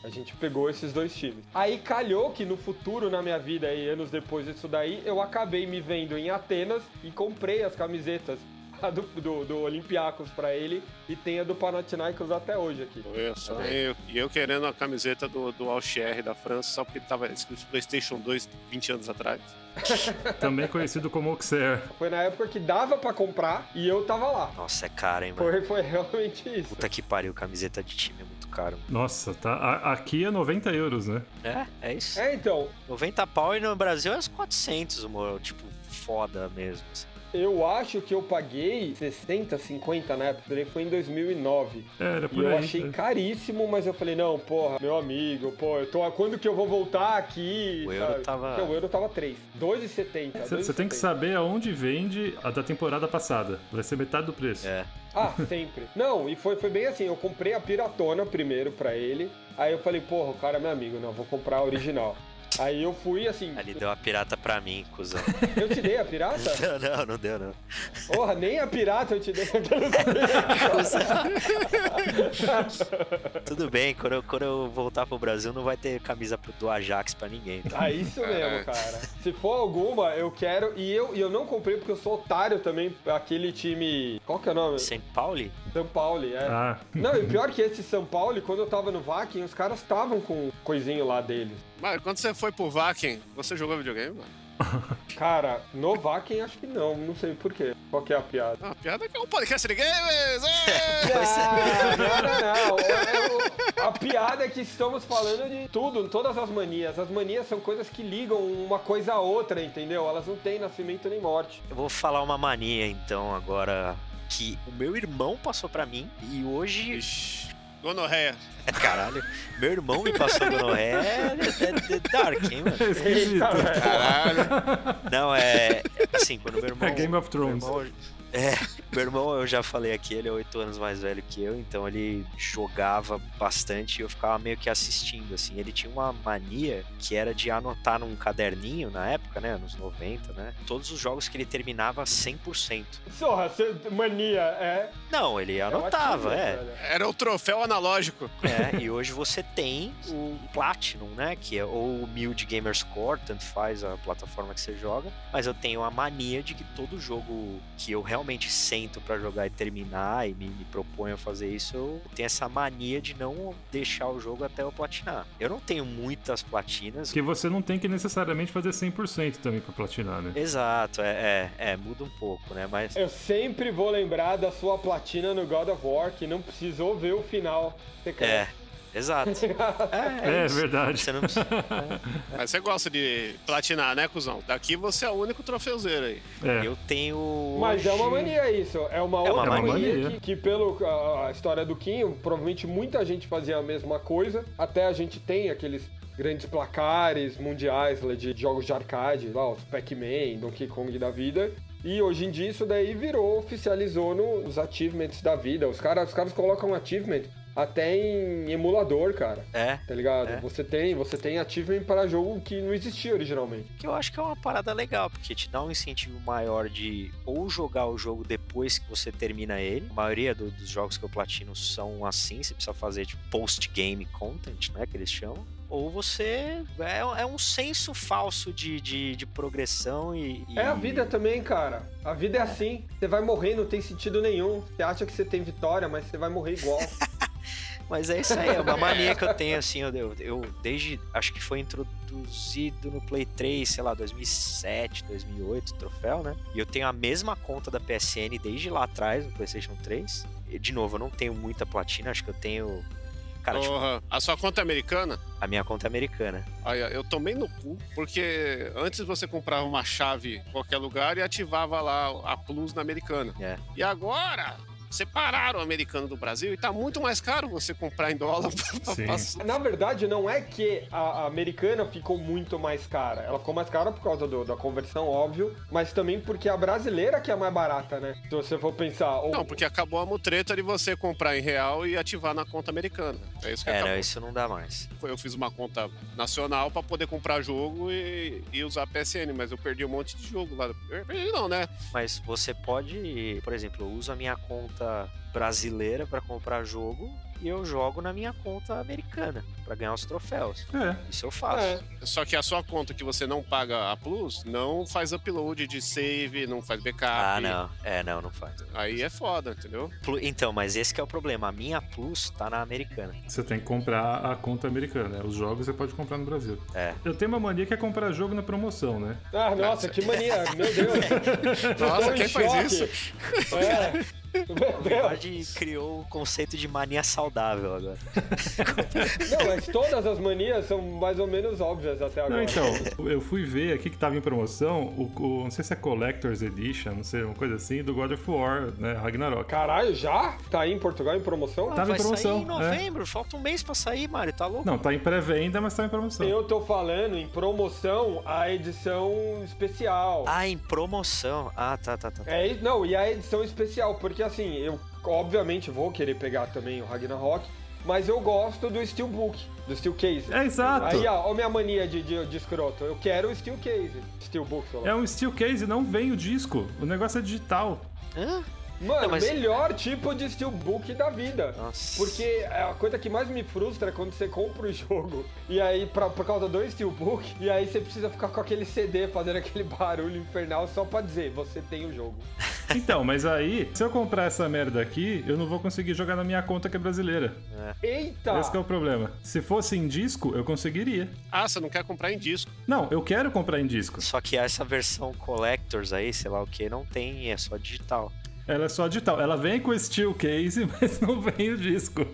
D: A gente pegou esses dois times. Aí calhou que no futuro, na minha vida, e anos depois disso daí, eu acabei me vendo em Atenas e comprei as camisetas. A do, do, do Olympiacos pra ele e tem a do Panathinaikos até hoje aqui.
A: Isso, e eu, e eu querendo a camiseta do, do Alcher da França, só porque tava escrito PlayStation 2 20 anos atrás.
B: Também conhecido como Auxerre.
D: Foi na época que dava pra comprar e eu tava lá.
C: Nossa, é caro, hein, mano.
D: Foi, foi realmente isso.
C: Puta que pariu, camiseta de time é muito caro. mano.
B: Nossa, tá. a- aqui é 90 euros, né?
C: É, é isso.
D: É, então,
C: 90 pau e no Brasil é uns 400, amor. Tipo, foda mesmo. assim.
D: eu acho que eu paguei 60, 50 na época, ele foi em 2009.
B: É, era
D: E
B: por
D: eu
B: aí.
D: achei
B: é.
D: caríssimo, mas eu falei, não, porra, meu amigo, pô, eu tô, quando que eu vou voltar aqui?
C: O euro
D: sabe?
C: tava-
D: Porque o euro tava 3, 2,70.
B: Você você tem que
D: 2,70.
B: saber aonde vende a da temporada passada. Vai ser metade do preço.
C: É.
D: Ah, sempre. Não, e foi, foi bem assim, eu comprei a piratona primeiro pra ele, aí eu falei, porra, o cara é meu amigo, não, vou comprar a original. Aí eu fui assim,
C: É, Ali tá. deu a pirata pra mim, cuzão.
D: eu te dei a pirata?
C: Não, não, não deu, não.
D: Porra, nem a pirata eu te dei.
C: Tudo bem, quando eu, quando eu voltar pro Brasil não vai ter camisa pro- do Ajax pra ninguém. Tá?
D: Ah, isso mesmo, cara. Se for alguma, eu quero. E eu, e eu não comprei porque eu sou otário também. Aquele time. Qual que é o nome?
C: St. Pauli?
D: São Paulo, é.
B: Ah,
D: Não, e pior que esse São Paulo, quando eu tava no Vakin, os caras estavam com um coisinho lá deles.
A: Mas quando você foi pro Vakin, você jogou videogame, mano?
D: Cara, no Vakin acho que não, não sei porquê. Qual que é a piada?
A: Ah, a piada é que é um podcast de games! é!
D: Ah, não, não, não. É o- a piada é que estamos falando de tudo, todas as manias. As manias são coisas que ligam uma coisa a outra, entendeu? Elas não têm nascimento nem morte.
C: Eu vou falar uma mania então agora que o meu irmão passou pra mim e hoje,
A: Ixi, gonorreia.
C: caralho, meu irmão me passou gonorreia. É, é, é dark, hein, mano?
B: esquisito.
D: Eita, velho.
A: Caralho.
C: Não, é assim, quando meu irmão
B: É Game of Thrones.
C: Meu irmão, é, meu irmão, eu já falei aqui, ele é oito anos mais velho que eu, então ele jogava bastante e eu ficava meio que assistindo, assim. Ele tinha uma mania que era de anotar num caderninho, na época, né, anos 90, né, todos os jogos que ele terminava 100%.
D: Sorra, cê- mania, é.
C: Não, ele
D: é uma
C: anotava,
D: tia,
C: é.
D: velho.
A: Era o troféu analógico.
C: É, e hoje você tem o Platinum, né? Que é ou o Mild Gamer Score, tanto faz a plataforma que você joga. Mas eu tenho a mania de que todo jogo que eu realmente sento pra jogar e terminar e me, me proponho a fazer isso, eu tenho essa mania de não deixar o jogo até eu platinar. Eu não tenho muitas platinas.
B: Que você não tem que necessariamente fazer 100% também pra platinar, né?
C: Exato, é, é, é, muda um pouco, né? Mas
D: Eu sempre vou lembrar da sua platina no God of War, que não precisou ver o final.
C: é,
D: secreto.
C: exato. É,
B: É,
C: isso.
B: verdade.
C: Você não precisa.
A: Mas você gosta de platinar, né, cuzão? Daqui você é o único trofeuzeiro aí.
B: É.
C: Eu tenho.
D: Mas é uma
C: hoje-
D: mania isso, é uma outra
C: uma
D: mania,
B: mania.
D: Que, que pelo a, a história do Kim, provavelmente muita gente fazia a mesma coisa, até a gente tem aqueles grandes placares mundiais lá de jogos de arcade, lá os Pac-Man, Donkey Kong da vida. E hoje em dia isso daí virou, oficializou no- nos achievements da vida. Os caras, os caras colocam achievement até em emulador, cara.
C: É,
D: Tá ligado?
C: É.
D: Você tem, você tem achievement para jogo que não existia originalmente.
C: que eu acho que é uma parada legal, porque te dá um incentivo maior de ou jogar o jogo depois que você termina ele. A maioria do- dos jogos que eu platino são assim, você precisa fazer tipo post-game content, né, que eles chamam. Ou você. É, é um senso falso de, de, de progressão e, e-
D: É a vida também, cara. A vida é assim. Você vai morrer, não tem sentido nenhum. Você acha que você tem vitória, mas você vai morrer igual.
C: Mas é isso aí, é uma mania que eu tenho, assim, eu, eu, eu desde, acho que foi introduzido no Play 3, sei lá, 2007, 2008, o troféu, né? E eu tenho a mesma conta da PSN desde lá atrás, no PlayStation 3. E, de novo, eu não tenho muita platina, acho que eu tenho... Cara, tipo,
A: Porra. A sua conta é americana?
C: a minha conta é americana.
A: Aí, ó, eu tomei no cu, porque antes você comprava uma chave em qualquer lugar e ativava lá a Plus na americana.
C: É.
A: E agora, separaram o americano do Brasil e tá muito mais caro você comprar em dólar pra,
B: Sim.
A: pra,
D: Na verdade, não é que a, a americana ficou muito mais cara. Ela ficou mais cara por causa do- da conversão, óbvio, mas também porque a brasileira que é a mais barata, né? Se você for pensar. ou-
A: Não, porque acabou a mutreta de você comprar em real e ativar na conta americana. É isso que
C: É,
A: acabou.
C: não, isso não dá mais.
A: Eu fiz uma conta nacional pra poder comprar jogo e, e usar a PSN, mas eu perdi um monte de jogo lá. Eu perdi não, né?
C: Mas você pode, por exemplo, eu uso a minha conta brasileira pra comprar jogo e eu jogo na minha conta americana pra ganhar os troféus.
B: É.
C: Isso eu faço.
D: É.
A: Só que a sua conta que você não paga a Plus não faz upload de save, não faz backup.
C: Ah, não. É, não, não faz.
A: Aí é foda, entendeu?
C: Plu- Então, mas esse que é o problema. A minha Plus tá na americana.
B: Você tem que comprar a conta americana. né? Os jogos você pode comprar no Brasil.
C: É.
B: Eu tenho uma mania que é comprar jogo na promoção, né?
D: Ah, nossa, que mania, meu Deus.
A: Nossa,
D: Tô em
A: quem faz isso?
D: choque. É. Meu
C: Na
D: Deus.
C: verdade, criou o conceito de mania saudável agora.
D: Não, mas todas as manias são mais ou menos óbvias até agora.
B: Não, então, eu fui ver aqui que tava em promoção, o, o- não sei se é Collector's Edition, não sei, uma coisa assim, do God of War, né? Ragnarok.
D: Caralho, já? Tá aí em Portugal em promoção? Tá
B: Tava em
C: Vai
B: promoção, né?
C: sair em novembro, falta um mês pra sair, Mário, tá louco?
B: Não, tá em pré-venda, mas tá em promoção.
D: Eu tô falando em promoção a edição especial.
C: Ah, em promoção. Ah, tá, tá, tá. tá.
D: É, e- não, e a edição especial, porque assim, eu obviamente vou querer pegar também o Ragnarok, mas eu gosto do Steelbook, do Steel Case.
B: É exato.
D: Aí, ó, ó minha mania de, de, de escroto. Eu quero o Steel Case. Steelbook, sei lá.
B: É um steel case, não vem o disco. O negócio é digital.
C: Hã?
D: Mano,
C: Não, mas-
D: melhor tipo de steelbook da vida.
C: Nossa.
D: Porque a coisa que mais me frustra é quando você compra o jogo e aí, pra, por causa do steelbook, e aí você precisa ficar com aquele CD fazendo aquele barulho infernal só pra dizer, você tem o jogo.
B: Então, mas aí, se eu comprar essa merda aqui, eu não vou conseguir jogar na minha conta que é brasileira.
D: Eita!
B: Esse que é o problema. Se fosse em disco, eu conseguiria.
A: Ah, você não quer comprar em disco.
B: Não, eu quero comprar em disco.
C: Só que essa versão Collectors aí, sei lá o que, não tem, é só digital.
B: Ela é só digital. Ela vem com steel case, mas não vem o disco.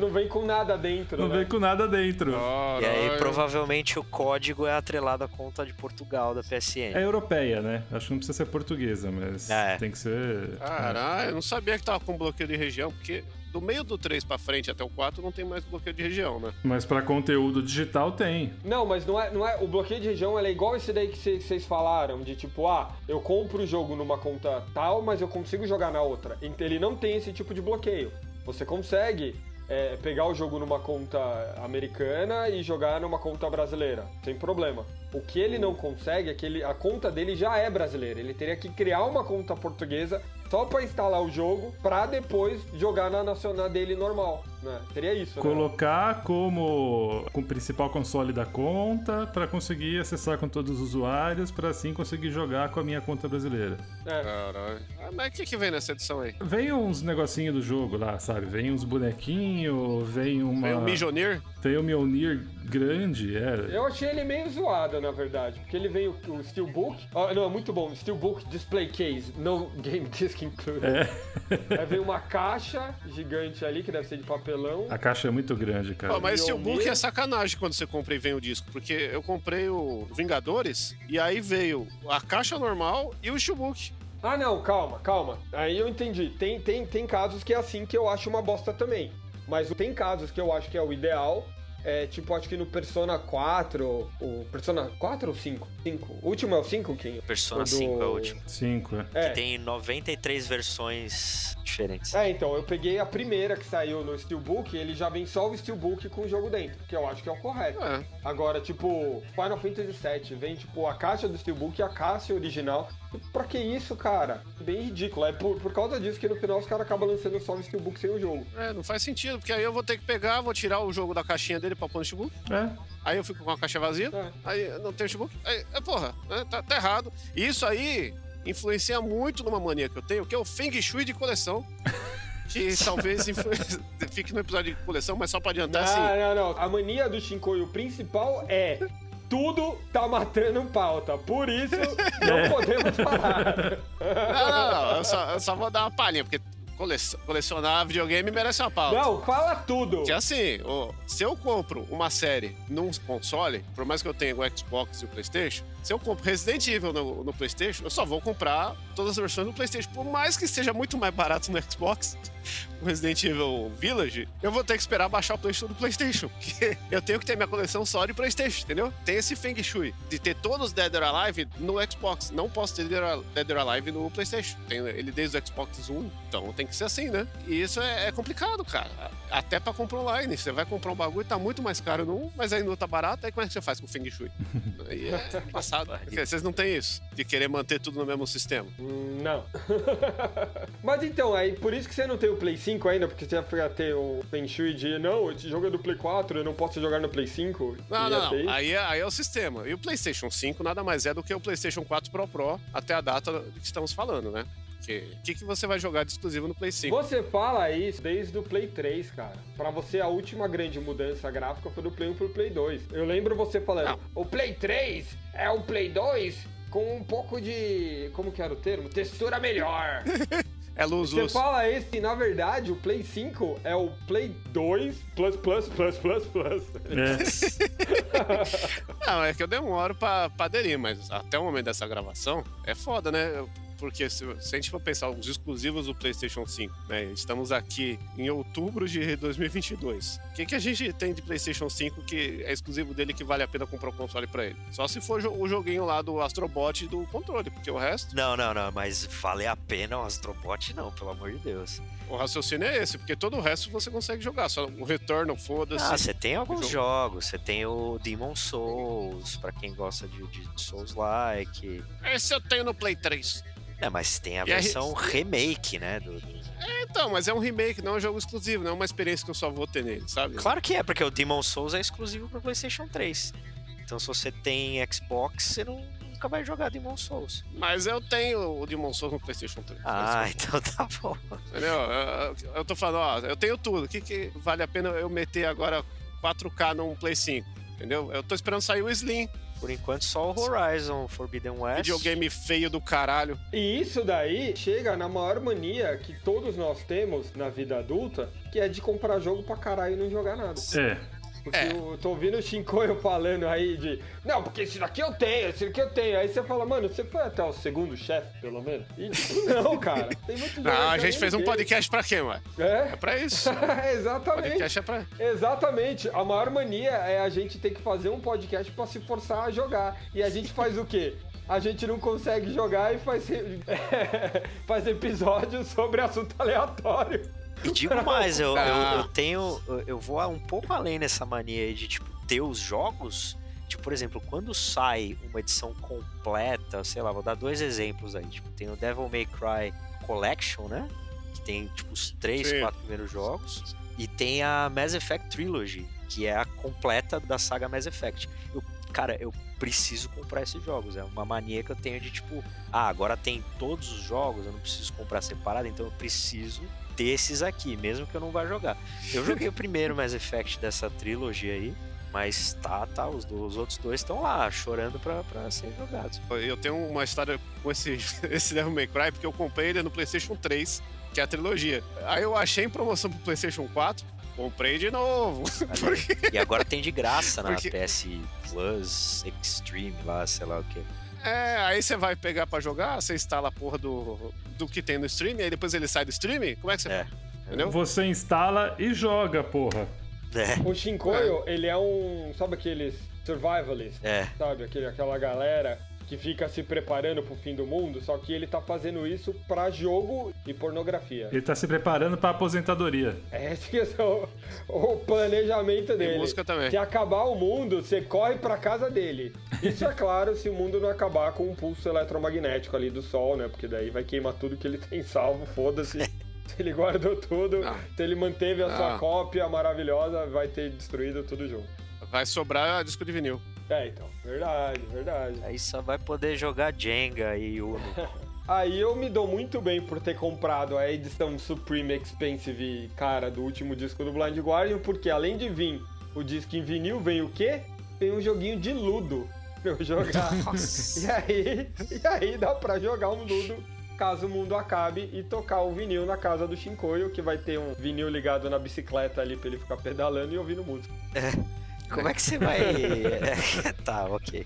D: Não vem com nada dentro,
B: Não
D: né?
B: vem com nada dentro.
A: Caralho.
C: E aí, provavelmente, o código é atrelado à conta de Portugal da PSN.
B: É europeia, né? Acho que não precisa ser portuguesa, mas
C: É.
B: tem que ser.
A: Ah. Caralho, eu não sabia que tava com bloqueio de região, porque do meio do 3 pra frente até o 4 não tem mais bloqueio de região, né?
B: Mas pra conteúdo digital tem.
D: Não, mas não é, não é. O bloqueio de região ela é igual esse daí que cê- que vocês falaram, de tipo, ah, eu compro o jogo numa conta tal, mas eu consigo jogar na outra. Ent- Ele não tem esse tipo de bloqueio. Você consegue é, pegar o jogo numa conta americana e jogar numa conta brasileira, sem problema. O que ele não consegue é que ele- a conta dele já é brasileira. Ele teria que criar uma conta portuguesa só pra instalar o jogo, pra depois jogar na nacional dele normal, né? Seria isso, né?
B: Colocar como com o principal console da conta pra conseguir acessar com todos os usuários, pra assim conseguir jogar com a minha conta brasileira.
D: É.
A: Caralho. Ah, mas o que, que vem nessa edição aí?
B: Vem uns negocinhos do jogo lá, sabe? Vem uns bonequinhos, vem uma.
A: Vem um o Mijonir?
B: Tem o Mjolnir grande, é.
D: Eu achei ele meio zoado, na verdade, porque ele veio o Steelbook. Ah, não, é muito bom. Steelbook Display Case, no Game Disc Included. Aí veio uma caixa gigante ali, que deve ser de papelão.
B: A caixa é muito grande, cara.
A: Ó, mas esse
D: Mjolnir.
A: book é sacanagem quando você compra e vem o disco, porque eu comprei o Vingadores e aí veio a caixa normal e o Steelbook.
D: Ah, não, calma, calma. Aí eu entendi. Tem, tem, tem casos que é assim que eu acho uma bosta também. Mas tem casos que eu acho que é o ideal. É, tipo, acho que no Persona 4, o Persona 4 ou 5? 5. O último é o 5, Kim?
C: Persona
D: O do-
C: 5 é o último.
B: Cinco, é.
D: É.
C: Que tem 93 versões diferentes.
D: É, então, eu peguei a primeira que saiu no Steelbook, ele já vem só o Steelbook com o jogo dentro, que eu acho que é o correto.
A: É.
D: Agora, tipo, Final Fantasy VII, vem, tipo, a caixa do Steelbook e a caixa original. E pra que isso, cara? Bem ridículo. É por, por causa disso que no final os caras acabam lançando só o Steelbook sem o jogo.
A: É, não faz sentido, porque aí eu vou ter que pegar, vou tirar o jogo da caixinha dele pra pôr no Steelbook,
B: É.
A: aí eu fico com a caixa vazia,
D: É.
A: aí não tem o Steelbook, aí, é, porra, né, tá, tá errado. E isso aí influencia muito numa mania que eu tenho, que é o Feng Shui de coleção, que talvez influ- fique no episódio de coleção, mas só pra adiantar, assim,
D: Ah, não, não. A mania do Shinkoio principal é... Tudo tá matando pauta, por isso não podemos parar.
A: não, não, não, eu só, eu só vou dar uma palhinha, porque cole- colecionar videogame merece uma pauta.
D: Não, fala tudo.
A: Que assim, ó, se eu compro uma série num console, por mais que eu tenha o Xbox e o PlayStation, se eu compro Resident Evil no, no PlayStation, eu só vou comprar todas as versões no PlayStation. Por mais que seja muito mais barato no Xbox, o Resident Evil Village, eu vou ter que esperar baixar o PlayStation do PlayStation, porque eu tenho que ter minha coleção só de PlayStation, entendeu? Tem esse Feng Shui de ter todos os Dead or Alive no Xbox. Não posso ter Dead or- Dead or Alive no PlayStation. Tenho ele desde o Xbox One, então tem que ser assim, né? E isso é, é complicado, cara. Até pra comprar online. Você vai comprar um bagulho, tá muito mais caro num, mas aí no outro tá barato, aí como é que você faz com o Feng Shui? Aí é passado. Porque Vocês não têm isso, de querer manter tudo no mesmo sistema.
D: Hum, Não. Mas então, aí por isso que você não tem o Play 5 ainda, porque você ia ficar ter o Feng Shui de não, esse jogo é do Play 4, eu não posso jogar no Play 5.
A: Não,
D: Você
A: não,
D: ia ter
A: não.
D: isso?
A: Aí, é- aí é o sistema. E o PlayStation 5 nada mais é do que o PlayStation 4 Pro Pro até a data que estamos falando, né? Porque o que, que você vai jogar de exclusivo no Play 5?
D: Você fala isso desde o Play 3, cara. Pra você, a última grande mudança gráfica foi do Play 1 pro Play 2. Eu lembro você falando, o Play 3 é o Play 2 com um pouco de... como que era o termo? Textura melhor.
A: É luz,
D: Você
A: luz.
D: fala isso e, na verdade, o Play 5 é o Play 2 plus, plus, plus, plus, plus.
B: É.
A: Não, é que eu demoro pra, pra aderir, mas até o momento dessa gravação é foda, né? Porque se, se a gente for pensar os exclusivos do PlayStation 5, né? Estamos aqui em outubro de 2022. O que, que a gente tem de PlayStation 5 que é exclusivo dele que vale a pena comprar o console pra ele? Só se for jo- o joguinho lá do Astrobot e do controle, porque o resto,
C: Não, não, não, mas vale a pena o Astrobot não, pelo amor de Deus.
A: o raciocínio é esse, porque todo o resto você consegue jogar. Só o Retorno,
C: Ah,
A: foda-se.
C: você tem alguns
A: Jogo.
C: jogos, você tem o Demon Souls, pra quem gosta de, de Souls-like.
A: Esse eu tenho no Play 3.
C: É, mas tem a
A: E a re-
C: versão remake, né? do- do-
A: Então, mas é um remake, não é um jogo exclusivo, não é uma experiência que eu só vou ter nele, sabe?
C: Claro que é, porque o Demon Souls é exclusivo pro PlayStation 3. Então se você tem Xbox, você não- nunca vai jogar Demon Souls.
A: Mas eu tenho o Demon Souls no PlayStation 3.
C: Ah, então tá bom.
A: Entendeu? Eu, eu- eu tô falando, ó, eu tenho tudo. O que, que vale a pena eu meter agora 4K num Play 5? Entendeu? Eu tô esperando sair o Slim,
C: Por enquanto, só o Horizon Forbidden West.
A: videogame feio do caralho.
D: E isso daí chega na maior mania que todos nós temos na vida adulta, que é de comprar jogo pra caralho e não jogar nada.
B: é.
D: Porque
A: É.
D: eu tô ouvindo o Shinkoio falando aí de. Não, porque esse daqui eu tenho, esse daqui eu tenho. Aí você fala, mano, você foi até o segundo chefe, pelo menos? E tipo, não, cara. Tem muito jogo
A: Não,
D: que
A: a
D: eu
A: gente
D: nem
A: fez um
D: vi.
A: podcast pra quê, mano? É
D: É?
A: pra isso.
D: Exatamente.
A: podcast é pra.
D: Exatamente. A maior mania é a gente ter que fazer um podcast pra se forçar a jogar. E a gente faz o quê? A gente não consegue jogar e faz, faz episódios sobre assunto aleatório.
C: E digo mais, eu,
A: Ah.
C: eu, eu tenho. eu- Eu vou um pouco além nessa mania aí de, tipo, ter os jogos. Tipo, por exemplo, quando sai uma edição completa, sei lá, vou dar dois exemplos aí. Tipo, tem o Devil May Cry Collection, né? Que tem, tipo, os três,
A: Sim.
C: quatro primeiros jogos. E tem a Mass Effect Trilogy, que é a completa da saga Mass Effect. Eu, cara, eu preciso comprar esses jogos. É uma mania que eu tenho de, tipo, ah, agora tem todos os jogos, eu não preciso comprar separado, então eu preciso ter esses aqui, mesmo que eu não vá jogar. Eu joguei o primeiro Mass Effect dessa trilogia aí, mas tá, tá, os, do- os outros dois estão lá, chorando pra, pra serem jogados.
A: Eu tenho uma história com esse, esse Devil May Cry, porque eu comprei ele no PlayStation 3, que é a trilogia. Aí eu achei em promoção pro PlayStation 4, comprei de novo.
C: Olha
A: Por
C: E agora tem de graça na
A: Porque-
C: PS Plus Extreme lá, sei lá o que.
A: É, aí você vai pegar pra jogar, você instala a porra do, do que tem no stream, aí depois ele sai do stream? Como é que você
C: É.
A: faz? Entendeu?
B: Você instala e joga, porra.
C: É,
D: O Shinkoio, ele é um. Sabe aqueles survivalist?
C: é.
D: Sabe? Aquele, aquela galera que fica se preparando pro fim do mundo, só que ele tá fazendo isso pra jogo e pornografia.
B: Ele tá se preparando pra aposentadoria.
D: É esse que é o, o planejamento dele.
A: música também.
D: Se acabar o mundo, você corre pra casa dele. Isso é claro se o mundo não acabar com um pulso eletromagnético ali do sol, né? Porque daí vai queimar tudo que ele tem salvo, foda-se. Se ele guardou tudo,
A: Não.
D: se ele manteve a sua
A: Não.
D: cópia maravilhosa, vai ter destruído tudo junto.
A: Vai sobrar disco de vinil.
D: É, então. Verdade, verdade.
C: Aí só vai poder jogar Jenga e Uno.
D: Aí eu me dou muito bem por ter comprado a edição Supreme Expensive, cara, do último disco do Blind Guardian, porque além de vir o disco em vinil, vem o quê? Vem um joguinho de ludo pra eu jogar. e, aí, e aí dá pra jogar um ludo caso o mundo acabe e tocar o vinil na casa do Shinkoio, que vai ter um vinil ligado na bicicleta ali pra ele ficar pedalando e ouvindo música.
C: Como é que você vai. tá, ok.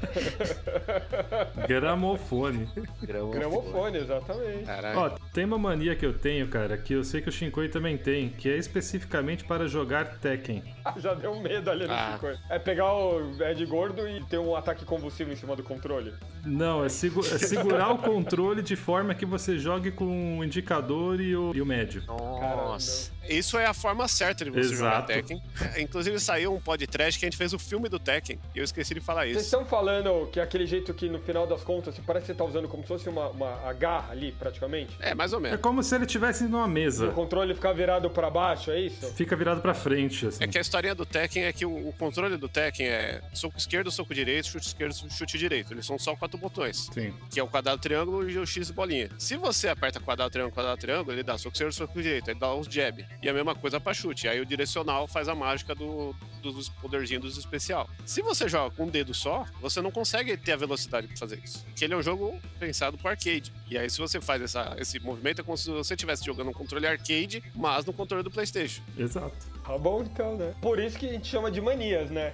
B: Gramofone.
C: Gramofone.
D: Gramofone, exatamente.
A: Caralho.
B: Ó, tem uma mania que eu tenho, cara, que eu sei que o Shinkoi também tem, que é especificamente para jogar Tekken.
D: Já deu medo ali no
A: Ah.
D: Shinkoio. É pegar o Ed Gordo e ter um ataque convulsivo em cima do controle.
B: Não, é, segu- é segurar o controle de forma que você jogue com o indicador e o, e o médio.
C: Nossa.
A: Isso é a forma certa de você jogar
B: Exato.
A: Tekken. É, Inclusive saiu um podcast que a gente fez o filme do Tekken. E eu esqueci de falar
D: Vocês
A: isso.
D: estão falando que é aquele jeito que no final das contas você parece que você tá usando como se fosse uma, uma a garra ali, praticamente.
A: É, mais ou
B: É
A: menos.
B: como se ele estivesse numa
D: O
B: mesa.
D: controle ficar virado pra baixo, é isso?
B: Fica virado pra frente, assim.
A: É que a historinha do Tekken é que o o controle do Tekken é soco esquerdo, soco direito, chute esquerdo, chute direito. Eles são só quatro botões.
B: Sim.
A: que é o quadrado, triângulo e o X bolinha. Se você aperta quadrado, triângulo, quadrado, triângulo, ele dá soco esquerdo, soco direito, ele dá os jab. E a mesma coisa pra chute. Aí o direcional faz a mágica do, dos poderzinhos dos especial. Se você joga com um dedo só, você não consegue ter a velocidade pra fazer isso. Porque ele é um jogo pensado pro arcade. E aí se você faz essa- esse movimento, é como se você estivesse jogando um controle arcade, mas no controle do Playstation.
B: Exato.
D: Tá bom então, né? Por isso que a gente chama de manias, né?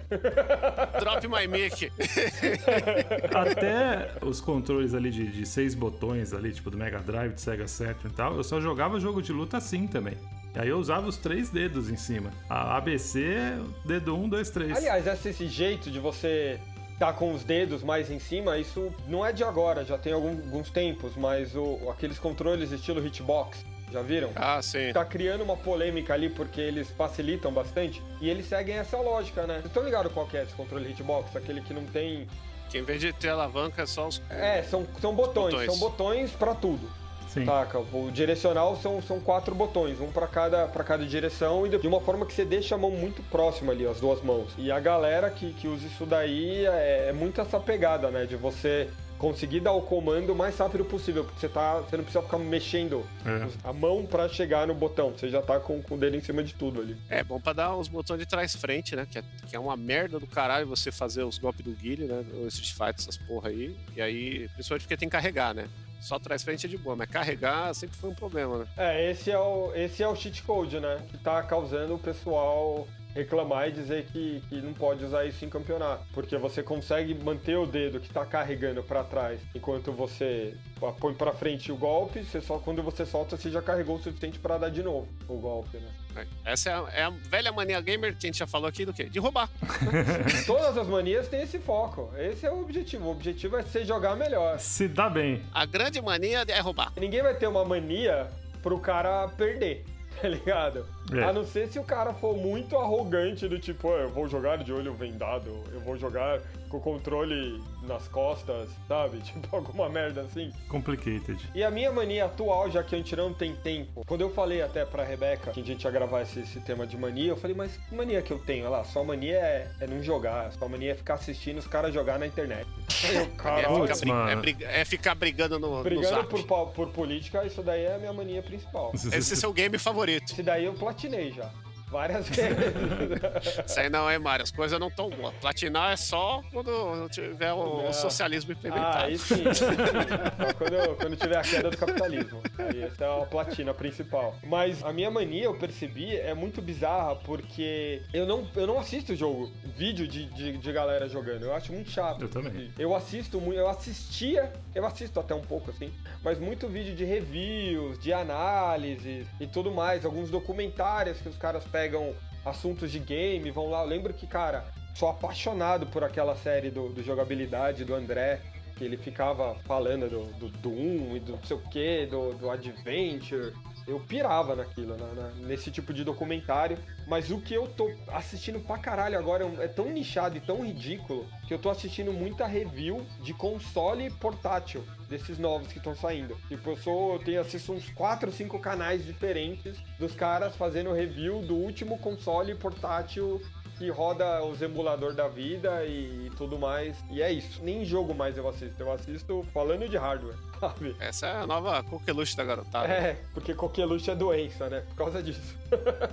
A: Drop my mic.
B: Até os controles ali de, de seis botões ali, tipo do Mega Drive, do Sega Saturn e tal, eu só jogava jogo de luta assim também. E aí eu usava os três dedos em cima. A ABC, dedo 1, 2, 3.
D: Aliás, esse, esse jeito de você tá com os dedos mais em cima, isso não é de agora, já tem algum- alguns tempos, mas o, aqueles controles estilo hitbox, já viram?
A: ah, sim.
D: Tá criando uma polêmica ali porque eles facilitam bastante e eles seguem essa lógica, né? Vocês estão ligados qual que é esse controle hitbox? Aquele que não tem.
A: Que em vez de ter alavanca, é só os...
D: É, são, são botões,
A: botões.
D: são botões pra tudo.
B: Sim.
D: Saca, o direcional são, são quatro botões, um pra cada para cada direção e de uma forma que você deixa a mão muito próxima ali, as duas mãos. E a galera que, que usa isso daí é, é muito essa pegada, né, de você conseguir dar o comando o mais rápido possível, porque você tá, você não precisa ficar mexendo
B: É.
D: a mão pra chegar no botão, você já tá com, com o dedo em cima de tudo ali.
A: É bom pra dar uns botões de trás-frente, né? Que é, que é uma merda do caralho você fazer os golpes do Guile, né? Ou Street Fighter, essas porra aí. E aí, principalmente porque tem que carregar, né? Só trás-frente é de boa, mas carregar sempre foi um problema, né?
D: É, esse é o esse é o cheat code, né, que tá causando o pessoal reclamar e dizer que, que não pode usar isso em campeonato, porque você consegue manter o dedo que tá carregando pra trás, enquanto você ah, põe pra frente o golpe, você só quando você solta você já carregou o suficiente pra dar de novo o golpe, né?
A: Essa é a, é a velha mania gamer que a gente já falou aqui do quê? De roubar.
D: Todas as manias têm esse foco. Esse é o objetivo. O objetivo é você jogar melhor.
B: Se dá bem.
A: A grande mania é roubar.
D: Ninguém vai ter uma mania pro cara perder, tá ligado?
B: É.
D: A não ser se o cara for muito arrogante, do tipo, "Ah, eu vou jogar de olho vendado, eu vou jogar com o controle nas costas, sabe? Tipo, alguma merda assim.
B: Complicated.
D: E a minha mania atual, já que a gente não tem tempo, quando eu falei até pra Rebeca que a gente ia gravar esse, esse tema de mania, eu falei, mas que mania que eu tenho? Ela, sua mania é, é não jogar, sua mania é ficar assistindo os caras jogar na internet. Aí eu,
A: É
D: caralho,
A: ficar,
B: Putz,
A: bri-
B: mano.
A: é briga- é ficar brigando no, no
D: brigando
A: zap.
D: por, pa- por política, isso daí é a minha mania principal.
A: Esse é seu game favorito.
D: Esse daí eu platinei já. Várias vezes.
A: Isso aí não é, Mário. As coisas não tão boas. Platinar é só quando tiver o,
D: Não.
A: socialismo
D: ah,
A: implementado.
D: aí sim. aí sim. Só Quando, quando tiver a queda do capitalismo. Aí essa é a platina principal. Mas a minha mania, eu percebi, é muito bizarra, porque eu não, eu não assisto jogo, vídeo de, de, de galera jogando. Eu acho muito chato.
B: Eu também.
D: Eu assisto muito, eu assistia, eu assisto até um pouco assim, mas muito vídeo de reviews, de análises e tudo mais, alguns documentários que os caras pegam assuntos de game, vão lá. Eu lembro que, cara, sou apaixonado por aquela série do, do jogabilidade do André, que ele ficava falando do, do Doom e do não sei o que, do, do Adventure. Eu pirava naquilo, na- na- nesse tipo de documentário. Mas o que eu tô assistindo pra caralho agora é um- é tão nichado e tão ridículo que eu tô assistindo muita review de console portátil desses novos que estão saindo. Tipo, eu sou, eu tenho assisto uns 4 ou 5 canais diferentes dos caras fazendo review do último console portátil que roda os emulador da vida e, e tudo mais. E é isso. Nem jogo mais eu assisto. Eu assisto falando de hardware, sabe?
A: Essa é a nova coqueluche da garotada.
D: É, porque coqueluche é doença, né? Por causa disso.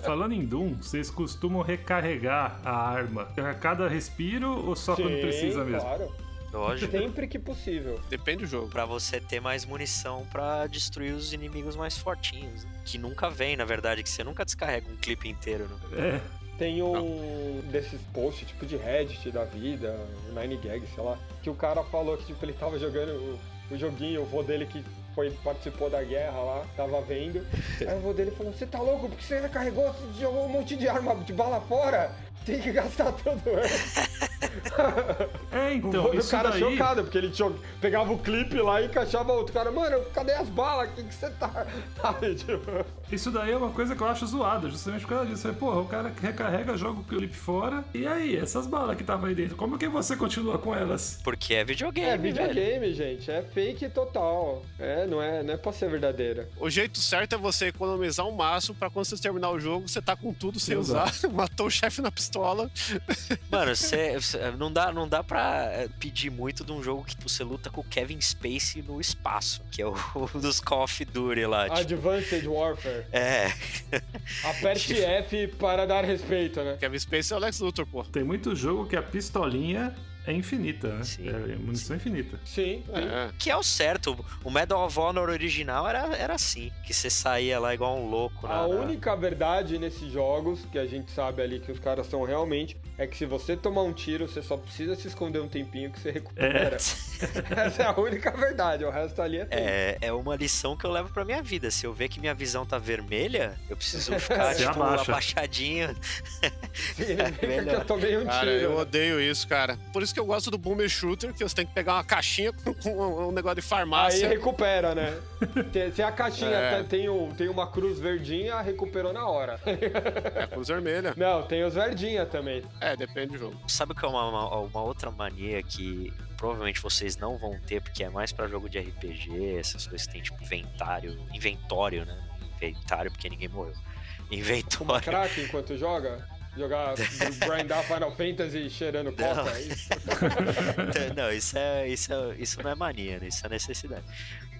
B: Falando em Doom, vocês costumam recarregar a arma a cada respiro ou só quando
D: Sim,
B: precisa mesmo?
D: Claro.
C: Lógico.
D: Sempre que possível.
A: Depende do jogo.
C: Pra você ter mais munição pra destruir os inimigos mais fortinhos. né? Que nunca vem, na verdade, que você nunca descarrega um clipe inteiro. Né?
B: É,
D: Tem um
B: Tá.
D: desses posts, tipo de Reddit da vida, o Nine Gag, sei lá, que o cara falou que tipo, ele tava jogando o, o joguinho, o vô dele que foi, participou da guerra lá, tava vendo. Aí o vô dele falou, você tá louco? Porque você ainda carregou, você jogou um monte de arma de bala fora? Tem que gastar tudo antes.
B: É, então,
D: o
B: isso
D: cara
B: daí...
D: chocado, porque ele tinha- pegava o clipe lá e encaixava outro cara. Mano, cadê as balas? O que, que você tá. Sabe, tipo,
B: Isso daí é uma coisa que eu acho zoada, justamente por causa disso. Aí, porra, o cara recarrega, joga o clipe fora. E aí, essas balas que estavam aí dentro, como que você continua com elas?
C: Porque é videogame,
D: É
C: velho.
D: videogame, gente. É fake total. É, não é, não é pra ser verdadeira.
A: O jeito certo é você economizar um máximo pra quando você terminar o jogo, você tá com tudo sem usar. Matou o chefe na pistola.
C: Mano, você, você- não, dá, não dá pra é, pedir muito de um jogo que você luta com o Kevin Spacey no espaço, que é o, o dos Call of Duty lá. tipo.
D: Advanced Warfare.
C: É.
D: Aperte F para dar respeito, né?
A: Kevin Spacey é o Lex Luthor, pô.
B: Tem muito jogo que a pistolinha é infinita, né?
C: Sim.
B: É munição infinita.
D: Sim.
A: É.
C: que é o certo. O Medal of Honor original era, era assim, que você saía lá igual um louco. na-
D: A
C: na-
D: única verdade nesses jogos, que a gente sabe ali que os caras são realmente, é que se você tomar um tiro, você só precisa se esconder um tempinho que você recupera. Essa é a única verdade, o resto ali é tempo.
C: É, é uma lição que eu levo pra minha vida. Se eu ver que minha visão tá vermelha, eu preciso ficar,
B: Se
C: tipo,
B: abaixa.
C: abaixadinho.
D: Significa que
C: melhor.
D: eu tomei um
A: Cara,
D: tiro.
A: eu odeio isso, cara. Por isso que eu gosto do Boomer Shooter, que você tem que pegar uma caixinha com um um negócio de
D: Aí
A: farmácia.
D: recupera, né? Tem- Se a caixinha
A: É.
D: tá- tem, um, tem uma cruz verdinha, recuperou na hora.
A: É, cruz vermelha.
D: Não, tem os verdinha também.
A: É, depende do jogo.
C: Sabe o que é uma, uma, uma outra mania que provavelmente vocês não vão ter, porque é mais pra jogo de RPG, essas coisas que tem, tipo, inventário. Inventório, né? Inventário, porque ninguém morreu. Inventório.
D: Crack enquanto joga? Jogar, grindar Final Fantasy cheirando coca. é isso?
C: Então, não, isso, é, isso, é- isso não é mania, né? Isso é necessidade.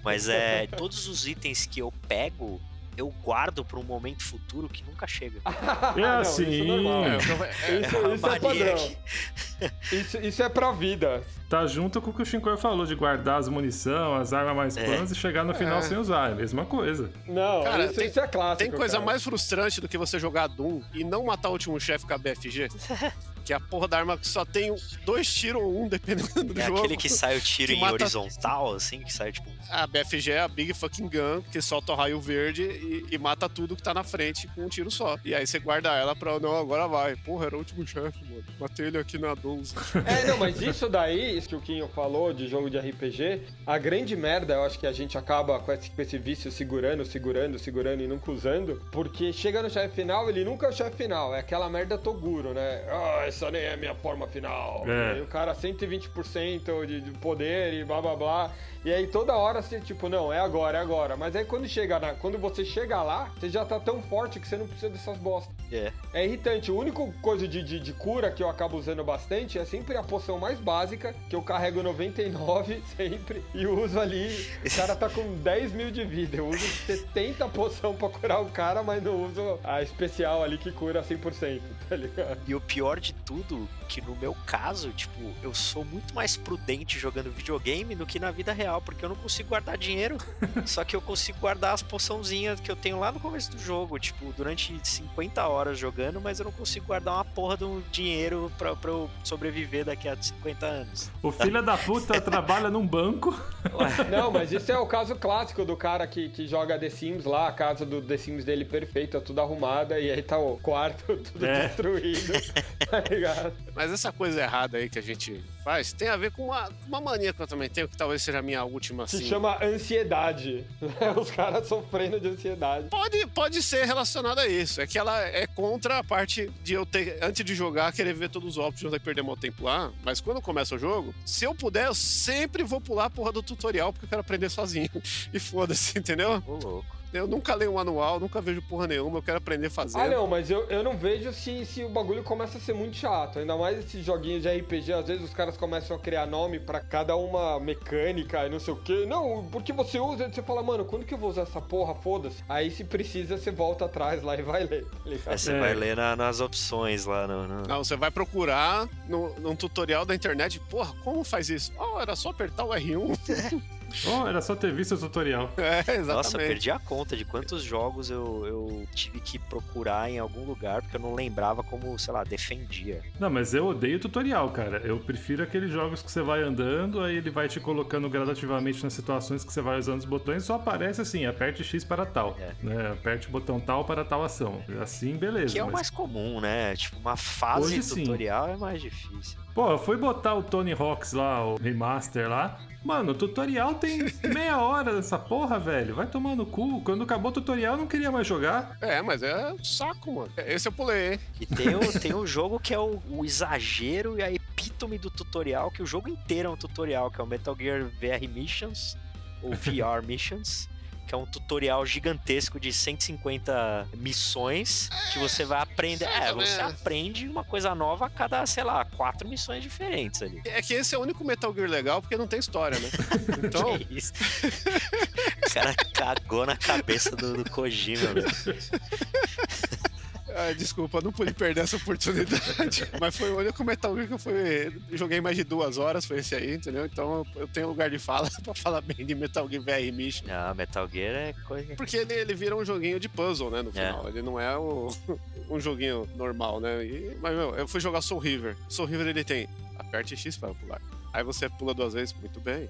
C: Mas é todos os itens que eu pego, eu guardo pra um momento futuro que nunca chega.
B: É
D: Não, isso
B: assim.
D: é normal.
A: É, então, é-
D: Isso,
C: uma
D: isso é
C: mania
D: padrão.
C: que-
D: Isso, isso é pra vida.
B: Tá junto com o que o Shinkoi falou, de guardar as munição, as armas mais
C: É.
B: pãs e chegar no final
A: É.
B: sem usar. É a mesma coisa.
D: Não,
A: Cara,
D: isso,
A: tem-
D: isso é clássico.
A: Tem coisa
D: cara.
A: mais frustrante do que você jogar Doom e não matar o último chefe com a BFG? Que é a porra da arma que só tem um, dois tiros ou um, dependendo do
C: É
A: jogo.
C: aquele que sai o tiro
A: Que
C: em
A: mata-
C: horizontal, assim, que sai tipo.
A: A BFG é a Big Fucking Gun, que solta o raio verde e, e mata tudo que tá na frente com um tiro só. E aí você guarda ela pra. Não, agora vai. Porra, era o último chefe, mano. Matei ele aqui na 12.
D: É, não, mas isso daí, isso que o Quinho falou de jogo de RPG, a grande merda, eu acho que a gente acaba com esse, com esse vício segurando, segurando, segurando e nunca usando, porque chega no chefe final, ele nunca é o chefe final, é aquela merda Toguro, né? Ah, essa nem é a minha forma final.
B: É.
D: E aí o cara 120% de, de poder e blá blá blá. E aí toda hora você, tipo, não, é agora, é agora. Mas aí quando chega na, quando você chega lá, você já tá tão forte que você não precisa dessas bostas.
C: É.
D: É irritante. O único coisa de, de, de cura que eu acabo usando bastante é sempre a poção mais básica, que eu carrego 99 sempre e uso ali. O cara tá com 10 mil de vida. Eu uso 70 poção pra curar o cara, mas não uso a especial ali que cura 100%, tá ligado?
C: E o pior de tudo, que no meu caso, tipo, eu sou muito mais prudente jogando videogame do que na vida real, porque eu não consigo guardar dinheiro. só que eu consigo guardar as poçãozinhas que eu tenho lá no começo do jogo, tipo, durante 50 horas jogando, mas eu não consigo guardar uma porra de um dinheiro pra, pra eu sobreviver daqui a 50 anos.
B: O filho da puta trabalha num banco.
D: Não, mas isso é o caso clássico do cara que, que joga The Sims lá, a casa do The Sims dele perfeita, tudo arrumada, e aí tá o quarto tudo
B: É.
D: destruído, tá ligado?
A: Mas essa coisa errada aí que a gente faz tem a ver com uma, uma mania que eu também tenho, que talvez seja a minha última,
D: Se
A: assim.
D: chama ansiedade. Os caras sofrendo de ansiedade.
A: Pode, pode ser relacionada a isso. É que ela é contra a parte de eu ter, antes de jogar, querer ver todos os options e perder meu tempo lá. Mas quando começa o jogo, se eu puder, eu sempre vou pular a porra do tutorial, porque eu quero aprender sozinho. E foda-se, entendeu?
C: Ô, louco.
A: Eu nunca leio um manual, nunca vejo porra nenhuma, eu quero aprender fazendo.
D: Ah, não, mas eu, eu não vejo se, se o bagulho começa a ser muito chato. Ainda mais esses joguinhos de RPG, às vezes os caras começam a criar nome pra cada uma mecânica e não sei o quê. Não, porque você usa, você fala, mano, quando que eu vou usar essa porra? Foda-se. Aí se precisa, você volta atrás lá e vai ler. tá ligado?
C: Aí você
B: É.
C: vai ler na- nas opções lá no. no-
A: Não, você vai procurar no, num tutorial da internet, porra, como faz isso? Ah, era só apertar o R1.
B: Oh, era só ter visto o tutorial.
A: É, exatamente.
C: Nossa, eu perdi a conta de quantos jogos eu, eu tive que procurar em algum lugar, porque eu não lembrava como, sei lá, defendia.
B: Não, mas eu odeio tutorial, cara. Eu prefiro aqueles jogos que você vai andando, aí ele vai te colocando gradativamente nas situações que você vai usando os botões, só aparece assim, aperte X para tal.
C: É.
B: Né? Aperte o botão tal para tal ação. Assim, beleza.
C: Que é o
B: mas-
C: mais comum, né? Tipo, uma fase
B: Hoje sim.
C: tutorial é mais difícil.
B: Pô, eu fui botar o Tony Hawks lá, o remaster lá. Mano, o tutorial tem meia hora dessa porra, velho. Vai tomar no cu. Quando acabou o tutorial, eu não queria mais jogar.
A: É, mas é um saco, mano. Esse eu pulei, hein?
C: E tem o, tem o jogo que é o, o exagero e a epítome do tutorial, que o jogo inteiro é um tutorial, que é o Metal Gear VR Missions, ou VR Missions, que é um tutorial gigantesco de 150 missões que você vai aprender.
A: mais
C: É,
A: ou
C: você
A: menos.
C: aprende uma coisa nova a cada, sei lá, quatro missões diferentes ali.
A: É que esse é o único Metal Gear legal porque não tem história, né? Então,
C: Que isso? o cara cagou na cabeça do, do Kojima, velho.
A: ah, desculpa, não pude perder essa oportunidade. Mas foi o único Metal Gear que eu fui, joguei mais de duas horas, foi esse aí, entendeu? Então eu tenho lugar de fala pra falar bem de Metal Gear VR Mission.
C: Não, Metal Gear é coisa.
A: Porque ele, ele vira um joguinho de puzzle, né? No final. Ele não é o- um joguinho normal, né? E- mas, meu, eu fui jogar Soul River. Soul River ele tem aperte X para pular. Aí você pula duas vezes, muito bem.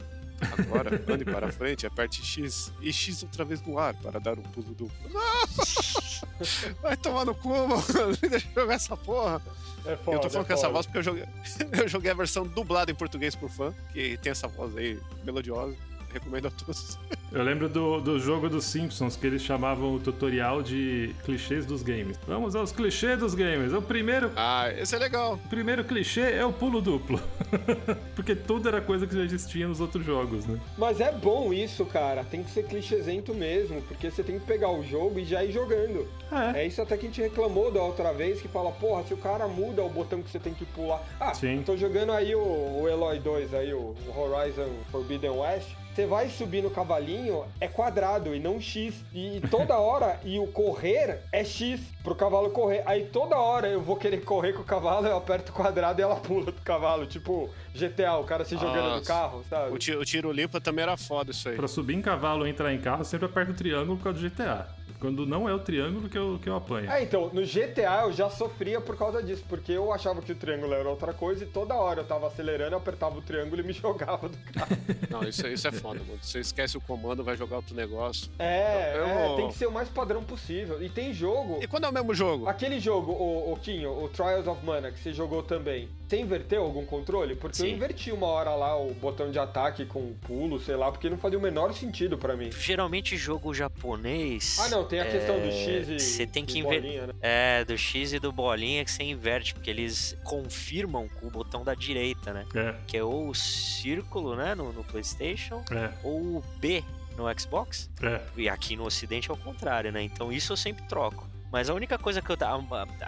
A: Agora, ande para frente, aperte X e X outra vez no ar para dar um pulo duplo. Não! Vai tomar no cu, mano. Deixa eu jogar essa porra.
D: É foda,
A: eu tô falando
D: é
A: com essa
D: foda.
A: voz porque eu joguei, eu joguei a versão dublada em português por fã, que tem essa voz aí melodiosa. Recomendo a todos.
B: Eu lembro do, do jogo dos Simpsons, que eles chamavam o tutorial de clichês dos games. Vamos aos clichês dos games. O primeiro,
A: Ah, esse é legal.
B: o primeiro clichê é o pulo duplo. Porque tudo era coisa que já existia nos outros jogos, né?
D: Mas é bom isso, cara. Tem que ser clichêzento mesmo, porque você tem que pegar o jogo e já ir jogando.
B: É.
D: É isso até que a gente reclamou da outra vez, que fala, porra, se o cara muda o botão que você tem que pular. Ah,
B: Sim.
D: tô jogando aí o, o Eloy 2, aí, o o Horizon Forbidden West. Você vai subir no cavalinho, é quadrado e não X. E toda hora, e o correr é X pro cavalo correr. Aí toda hora eu vou querer correr com o cavalo, eu aperto o quadrado e ela pula do cavalo. Tipo GTA, o cara se jogando
A: Nossa.
D: do carro, sabe?
A: O tiro, o tiro limpa também era foda isso aí.
B: Pra subir em cavalo ou entrar em carro, eu sempre aperto o triângulo por causa do GTA. Quando não é o triângulo que eu, que eu apanho.
D: É, então, no GTA eu já sofria por causa disso, porque eu achava que o triângulo era outra coisa e toda hora eu tava acelerando, eu apertava o triângulo e me jogava do carro.
A: Não, isso, isso é foda, mano. Você esquece o comando, vai jogar outro negócio.
D: É,
A: Eu-
D: é, tem que ser o mais padrão possível. E tem jogo.
A: E quando é o mesmo jogo?
D: Aquele jogo, o, o Quinho, o Trials of Mana, que você jogou também, você inverteu algum controle? Porque eu
C: Sim.
D: inverti uma hora lá o botão de ataque com o pulo, sei lá, porque não fazia o menor sentido pra mim.
C: Geralmente jogo japonês.
D: Ah, não, tem a
C: é,
D: questão do X e.
C: Você tem que
D: e
C: inverter.
D: bolinha, né?
C: É, do X e do bolinha que você inverte, porque eles confirmam com o botão da direita, né?
B: É,
C: Que é ou o círculo, né, no, no PlayStation,
B: é,
C: ou o B no Xbox.
B: é.
C: E aqui no Ocidente é o contrário, né? Então isso eu sempre troco. Mas a única coisa que eu. ta-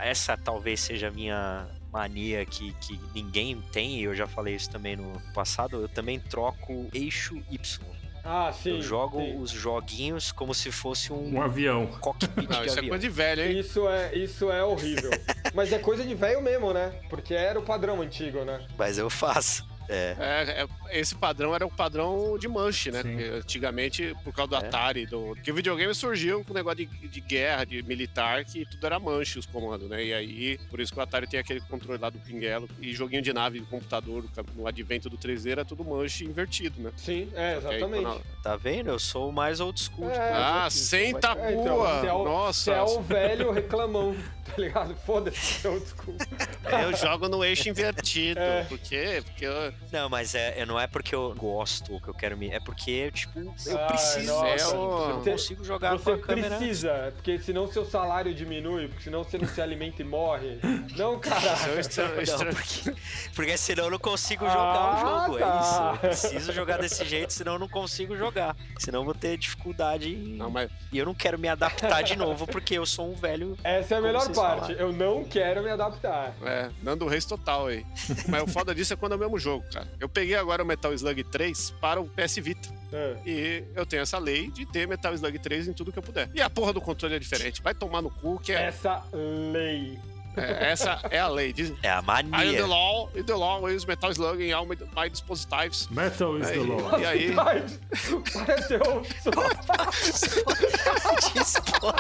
C: Essa talvez seja a minha mania que, que ninguém tem, e eu já falei isso também no passado, eu também troco eixo Y.
D: Ah, sim.
C: eu jogo
D: sim.
C: os joguinhos como se fosse um
B: Um avião.
C: cockpit
A: Não,
C: de
A: isso é
C: avião.
A: coisa de velho, hein?
D: Isso é, isso é horrível. Mas é coisa de velho mesmo, né? Porque era o padrão antigo, né?
C: Mas eu faço. É.
A: É, é- esse padrão era o padrão de manche, né?
B: Sim.
A: Porque antigamente, por causa do
D: É.
A: Atari, do... que o videogame surgiu com o negócio de, de guerra, de militar, que tudo era manche os comandos, né? E aí, por isso que o Atari tem aquele controle lá do pinguelo e joguinho de nave do computador, no advento do 3D, era tudo manche invertido, né?
D: Sim, é,
A: Só que aí, quando
D: exatamente.
C: Tá vendo? Eu sou o mais old school. de
D: É.
C: todos
A: Ah,
C: aqui,
A: sem
C: então
A: tabu-
C: vai-
D: É, então,
A: Boa,
D: você é o,
A: nossa.
D: você é o velho reclamão, tá ligado? Foda-se, eu desculpa.
C: é,
A: Eu jogo no eixo invertido.
D: É.
A: Por quê? Porque eu-
C: Não, mas é, é- não é porque eu gosto ou que eu quero me. É porque, tipo, eu
D: Ai,
C: preciso.
D: nossa.
C: assim, eu não
A: Você-
C: consigo jogar com
D: você
C: a câmera.
D: precisa, porque senão seu salário diminui, porque senão você não se alimenta e morre. Ah, Não,
A: eu
D: caralho.
A: estra-
C: Não,
A: estra-
C: porque, porque senão eu não consigo
D: Ah,
C: jogar o jogo. É isso.
D: tá.
C: Eu preciso jogar desse jeito, senão eu não consigo jogar. Senão eu vou ter dificuldade. em-
A: Não, mas
C: E eu não quero me adaptar de novo, porque eu sou um velho.
D: Essa é a
C: Como
D: melhor
C: vocês falaram.
D: parte. Eu não quero me adaptar.
A: É, Nando Reis total aí. Mas o foda disso é quando é o mesmo jogo, cara. Eu peguei agora o Metal Slug 3 para o PS Vita.
D: É.
A: E eu tenho essa lei de ter Metal Slug 3 em tudo que eu puder. E a porra do controle é diferente. Vai tomar no cu que é.
D: Essa lei.
A: É, essa é a lei. Diz,
C: É a
A: I am the
C: mania.
A: law, in the law, I use metal slug in all my, my dispositives.
B: Metal is the law.
A: E aí?
D: Mas, Pareceu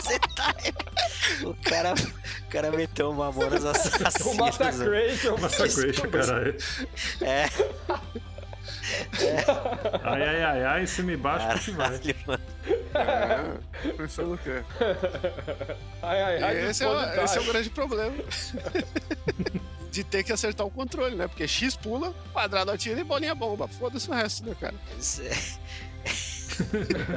C: Dispositive. o cara, o cara meteu uma Mamonas
D: um
A: assim?
C: Assassinas. né?
D: Massacration.
B: Massacration, caralho.
C: É,
B: Ai, ai, ai, ai, se me
C: Ah.
B: baixa, que vai.
C: caralho, mano.
A: É, pensando o quê?
D: Ai, ai, ai,
A: Esse é, o-
D: dispositais.
A: esse é o grande problema. De ter que acertar o controle, né? Porque X pula, quadrado atira e bolinha bomba. Foda-se o resto, né, cara?
C: Isso é-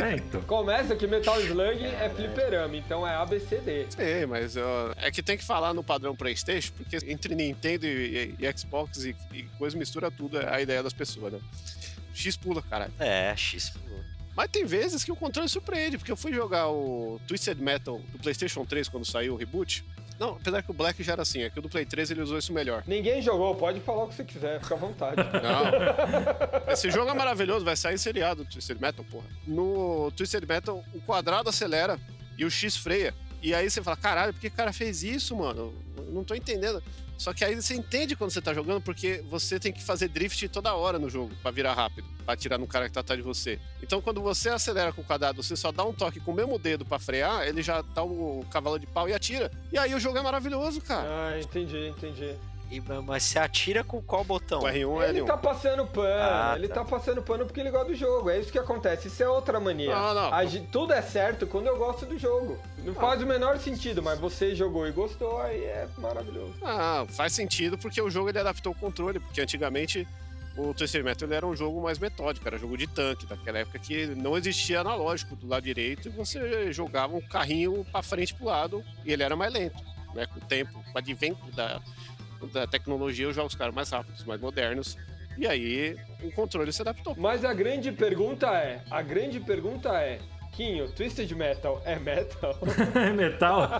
B: É, então.
D: Começa que Metal Slug é fliperama, então é ABCD.
A: Sim, mas ó, é que tem que falar no padrão PlayStation, porque entre Nintendo e, e- e Xbox e, e coisa mistura tudo é a ideia das pessoas, né? X pula, caralho.
C: É, X.
A: Mas tem vezes que o controle surpreende, porque eu fui jogar o Twisted Metal do PlayStation 3 quando saiu o reboot. Não, apesar que o Black já era assim, é que o do Play 3 ele usou isso melhor.
D: Ninguém jogou, pode falar o que você quiser, fica à vontade.
A: Não. Esse jogo é maravilhoso, vai sair seriado do Twisted Metal, porra. No Twisted Metal, o quadrado acelera e o X freia. E aí você fala, caralho, por que o cara fez isso, mano? Eu não tô entendendo. Só que aí você entende quando você tá jogando, porque você tem que fazer drift toda hora no jogo pra virar rápido, pra atirar no cara que tá atrás de você. Então quando você acelera com o quadrado, você só dá um toque com o mesmo dedo pra frear, ele já dá o cavalo de pau e atira. E aí o jogo é maravilhoso, cara.
D: Ah, entendi, entendi.
C: E, ma- mas você atira com qual botão?
A: O R1 é
D: Ele
A: L1.
D: tá passando pano,
C: Ah,
D: ele
C: tá.
D: tá. passando pano porque ele gosta do jogo, é isso que acontece, isso é outra mania.
A: Não, não.
D: A gen- tudo é certo quando eu gosto do jogo. Não faz o menor sentido, mas você jogou e gostou, aí é maravilhoso.
A: Ah, faz sentido porque o jogo ele adaptou o controle, porque antigamente o Twisted Metal ele era um jogo mais metódico, era jogo de tanque, daquela época que não existia analógico do lado direito e você jogava um carrinho pra frente e pro lado e ele era mais lento, né? Com o tempo, com o advento da, da tecnologia, os jogos ficaram mais rápidos, mais modernos. E aí o controle se adaptou.
D: Mas a grande pergunta é, a grande pergunta é, Quinho, Twisted Metal é metal?
B: É metal.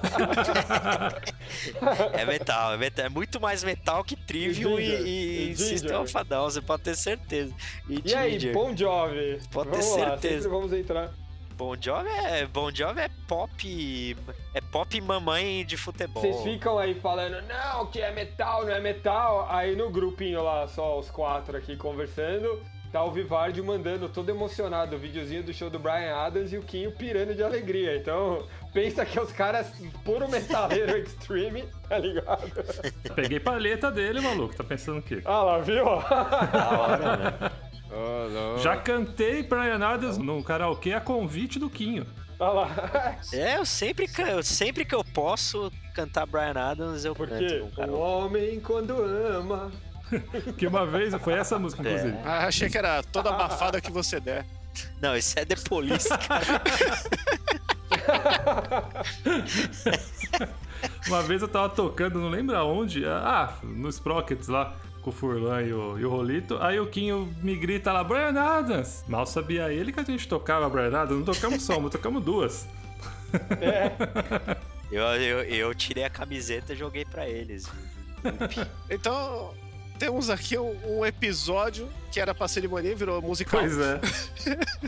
C: É metal, é metal. É muito mais metal que Trivium e,
D: Ginger,
C: e,
D: e
C: e
D: Ginger.
C: System of a Down, você pode ter certeza.
D: E aí,
C: Ginger.
D: Bon Jovi?
C: Pode ter
D: vamos lá,
C: certeza.
D: sempre vamos entrar.
C: Bon Jovi é, bon Jovi é pop. É pop mamãe de futebol.
D: Vocês ficam aí falando, não, que é metal, não é metal. Aí no grupinho lá, só os quatro aqui conversando, tá o Vivardi mandando, todo emocionado, o videozinho do show do Brian Adams e o Quinho pirando de alegria. Então, pensa que é os caras puro metaleiro extreme, tá ligado?
B: Peguei paleta dele, maluco. Tá pensando o quê?
D: Ah lá, viu? Ah
C: Da hora, né?
B: Ah, Já
A: Ah.
B: cantei Brian Adams no karaokê a convite do Quinho.
D: Ah lá.
C: É, eu sempre, can- eu sempre que eu posso cantar Brian Adams, eu
D: Porque
C: canto. com o
D: o
C: Carol.
D: homem quando ama...
B: Que uma vez foi essa música, inclusive.
A: Ah, achei que era toda abafada que você der.
C: Não, isso é The Police, cara.
B: Uma vez eu tava tocando, não lembro aonde, ah, no Sprockets lá, com o Furlan e o, e o Rolito. Aí o Quinho me grita lá, Brian Adams. Mal sabia ele que a gente tocava Brian Adams. Não tocamos só uma, tocamos duas.
C: eu, eu, eu tirei a camiseta e joguei pra eles.
A: Então. Temos aqui um, um episódio que era pra cerimônia e virou musical.
B: Pois é.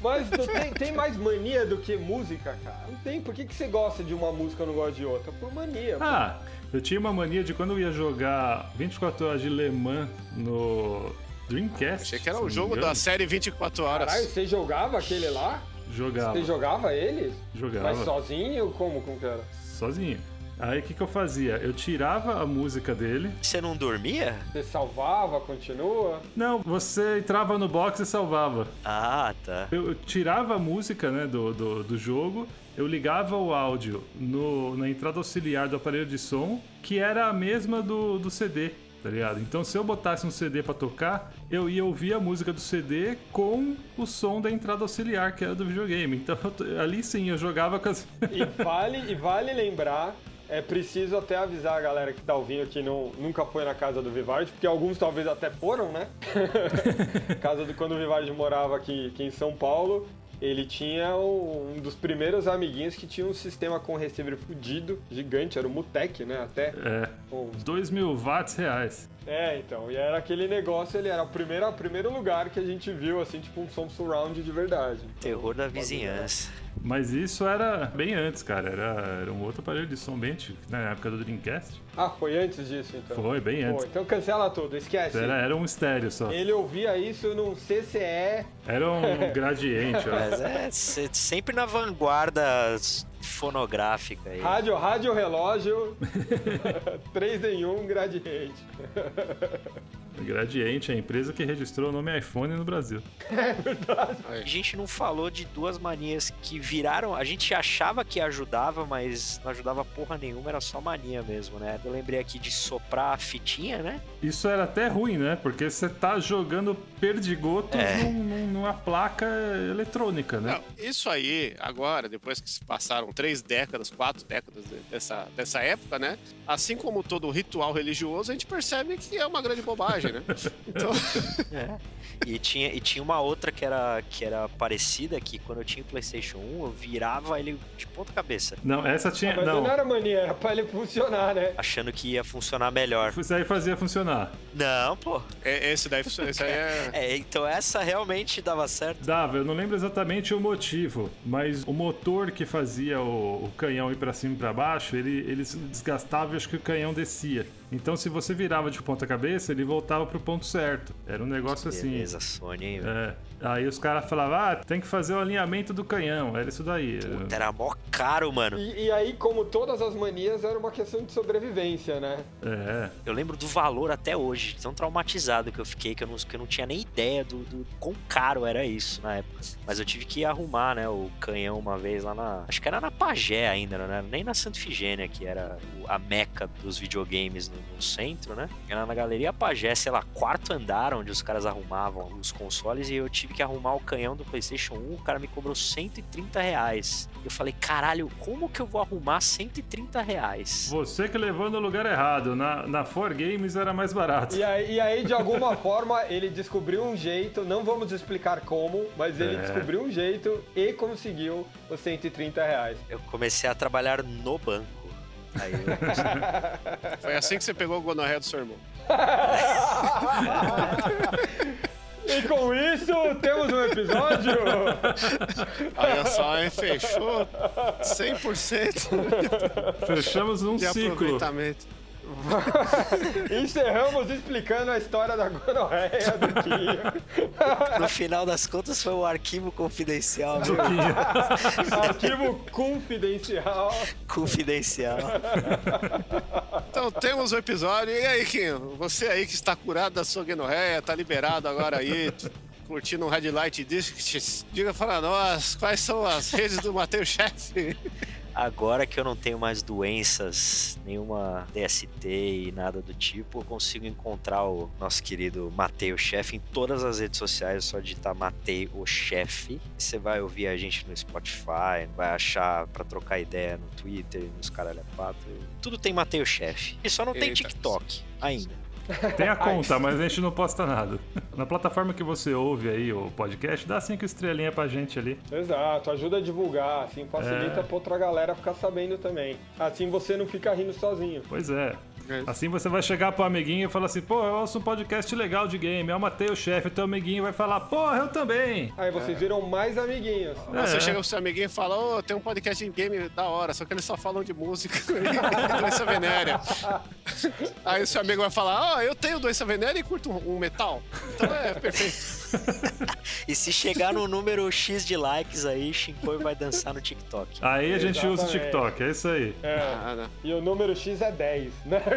D: Mas não tem, tem mais mania do que música, cara? Não tem. Por que, que você gosta de uma música e não gosta de outra? Por mania. pô.
B: Ah, eu tinha uma mania de quando eu ia jogar 24 horas de Le Mans no Dreamcast.
A: Achei que era o
B: se não me
A: jogo
B: engano.
A: da série 24 horas.
D: Caralho, você jogava aquele lá?
B: Jogava,
D: Você jogava ele?
B: jogava
D: Mas sozinho? Como? Como que era?
B: sozinho. Aí o que, que eu fazia? Eu tirava a música dele.
C: Você não dormia?
D: Você salvava, continua?
B: Não, você entrava no box e salvava.
C: Ah, tá.
B: Eu, eu tirava a música né, do, do, do jogo, eu ligava o áudio no, na entrada auxiliar do aparelho de som, que era a mesma do, do CD, tá ligado? Então se eu botasse um CD pra tocar, eu ia ouvir a música do CD com o som da entrada auxiliar, que era do videogame. Então eu t- ali sim eu jogava com as.
D: E vale, e vale lembrar, é preciso até avisar a galera que tá ouvindo que não, nunca foi na casa do Vivardi, porque alguns talvez até foram, né? casa do quando o Vivardi morava aqui, aqui em São Paulo. Ele tinha o- um dos primeiros amiguinhos que tinha um sistema com receiver fudido, gigante, era o Mutec, né? Até
B: é,
D: com
B: 2 mil watts reais.
D: É, então, e era aquele negócio, ele era o primeiro, o primeiro lugar que a gente viu, assim, tipo um som surround de verdade. Então,
C: Terror da
D: o bagulho era-
C: vizinhança.
B: Mas isso era bem antes, cara. Era, era um outro aparelho de som bem antigo, né? na época do Dreamcast.
D: Ah, foi antes disso, então?
B: Foi, bem
D: Pô,
B: antes.
D: então cancela tudo, esquece.
B: Era, era um estéreo só.
D: Ele ouvia isso num CCE.
B: Era um gradiente, ó.
C: Mas é se- sempre na vanguarda s- fonográfica aí.
D: Rádio, rádio, relógio, 3 em 1, gradiente.
B: Gradiente, a empresa que registrou o nome iPhone no Brasil.
C: A gente não falou de duas manias que viraram. A gente achava que ajudava, mas não ajudava porra nenhuma, era só mania mesmo, né? Eu lembrei aqui de soprar a fitinha, né?
B: Isso era até ruim, né? Porque você tá jogando perdigotos
C: É.
B: num- num- numa placa eletrônica, né?
A: Não, isso aí, agora, depois que se passaram três décadas, quatro décadas de- dessa, dessa época, né? Assim como todo ritual religioso, a gente percebe que é uma grande bobagem, né? Então,
C: E tinha, e tinha uma outra que era, que era parecida, que quando eu tinha o PlayStation 1, eu virava ele de ponta cabeça,
B: Não, essa tinha.
D: Mas não.
B: É, não.
D: era mania, era pra ele funcionar, né?
C: achando que ia funcionar melhor.
B: Isso aí fazia funcionar.
C: Não, pô.
A: é- esse daí, esse aí é...
C: É, então essa realmente dava certo.
B: Dava, eu não lembro exatamente o motivo, mas o motor que fazia o, o canhão ir pra cima e pra baixo, ele, ele se desgastava e acho que o canhão descia. Então, se você virava de ponta cabeça, ele voltava pro ponto certo. Era um negócio assim.
C: Beleza, Sony, hein, velho.
B: É. Aí os caras falavam, ah, tem que fazer o alinhamento do canhão. Era isso daí.
C: Puta, Era mó caro, mano.
D: E, e aí, como todas as manias, era uma questão de sobrevivência, né?
B: É.
C: Eu lembro do valor até hoje, de tão traumatizado que eu fiquei, que eu não, que eu não tinha nem ideia do, do quão caro era isso na época. Mas eu tive que arrumar, né, o canhão uma vez lá na. Acho que era na Pagé ainda, não era nem na Santa Figênia, que era o- a meca dos videogames no, no centro, né? Era na Galeria Pagé, sei lá, quarto andar, onde os caras arrumavam os consoles, e eu tive que arrumar o canhão do PlayStation 1, o cara me cobrou 130 reais. Eu falei, caralho, como que eu vou arrumar 130 reais?
B: Você que levou no lugar errado. Na, na 4 Games era mais barato.
D: E aí, e aí, de alguma forma, ele descobriu um jeito, não vamos explicar como, mas ele
B: É.
D: descobriu um jeito e conseguiu os 130 reais.
C: Eu comecei a trabalhar no banco. Aí eu...
A: Foi assim que você pegou o gonorreia do seu irmão.
D: E com isso, temos um episódio!
A: Olha é só, hein? Fechou 100%
B: Fechamos um
A: de
B: ciclo.
A: aproveitamento.
D: Encerramos explicando a história da gonorreia do Quinho.
C: No final das contas foi um arquivo confidencial, viu?
D: Arquivo confidencial.
C: confidencial.
A: Então temos o episódio. E aí, Quinho? Você aí que está curado da sua gonorreia, tá liberado agora aí, t- curtindo um Red Light District, diga para nós quais são as redes do Matheus Chefe.
C: Agora que eu não tenho mais doenças, nenhuma DST e nada do tipo, eu consigo encontrar o nosso querido Matei o Chefe em todas as redes sociais, é só digitar Matei o Chefe. Você vai ouvir a gente no Spotify, vai achar pra trocar ideia no Twitter, nos caralho a quatro. Tudo tem Matei o Chefe. E só não tem
A: Eita.
C: TikTok ainda.
B: Tem a conta, mas a gente não posta nada. Na plataforma que você ouve aí o podcast, dá cinco estrelinhas pra gente ali.
D: Exato, ajuda a divulgar, assim facilita
B: É.
D: pra outra galera ficar sabendo também. Assim você não fica rindo sozinho.
B: Pois é.
A: É.
B: Assim você vai chegar pro amiguinho e falar assim, pô, eu ouço um podcast legal de game, eu matei o chefe, o teu amiguinho vai falar, porra, eu também.
D: Aí vocês viram mais amiguinhos.
B: É.
A: Você chega pro seu amiguinho e fala: Ô, tem um podcast de game da hora, só que eles só falam de música e doença venérea. Aí o seu amigo vai falar: Ó, eu tenho doença venérea e curto um um metal. Então é perfeito.
C: E se chegar no número X de likes aí, Shinkoi vai dançar no TikTok.
B: Aí a gente usa o
D: Exatamente.
B: TikTok, é isso aí.
D: É.
A: Ah, não.
D: E o número X é 10, né?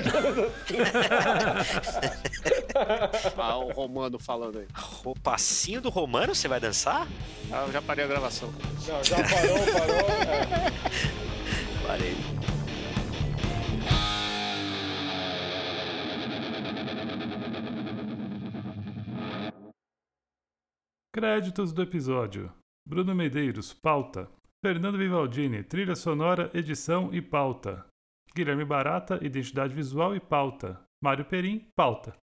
A: Ah, o Romano falando aí.
C: O passinho do Romano você vai dançar?
A: Ah, eu já parei a gravação.
D: Não, já parou, parou.
C: Parei.
B: Créditos do episódio: Bruno Medeiros, pauta. Fernando Vivaldini, trilha sonora, edição e pauta. Guilherme Barata, identidade visual e pauta. Mário Perim, pauta.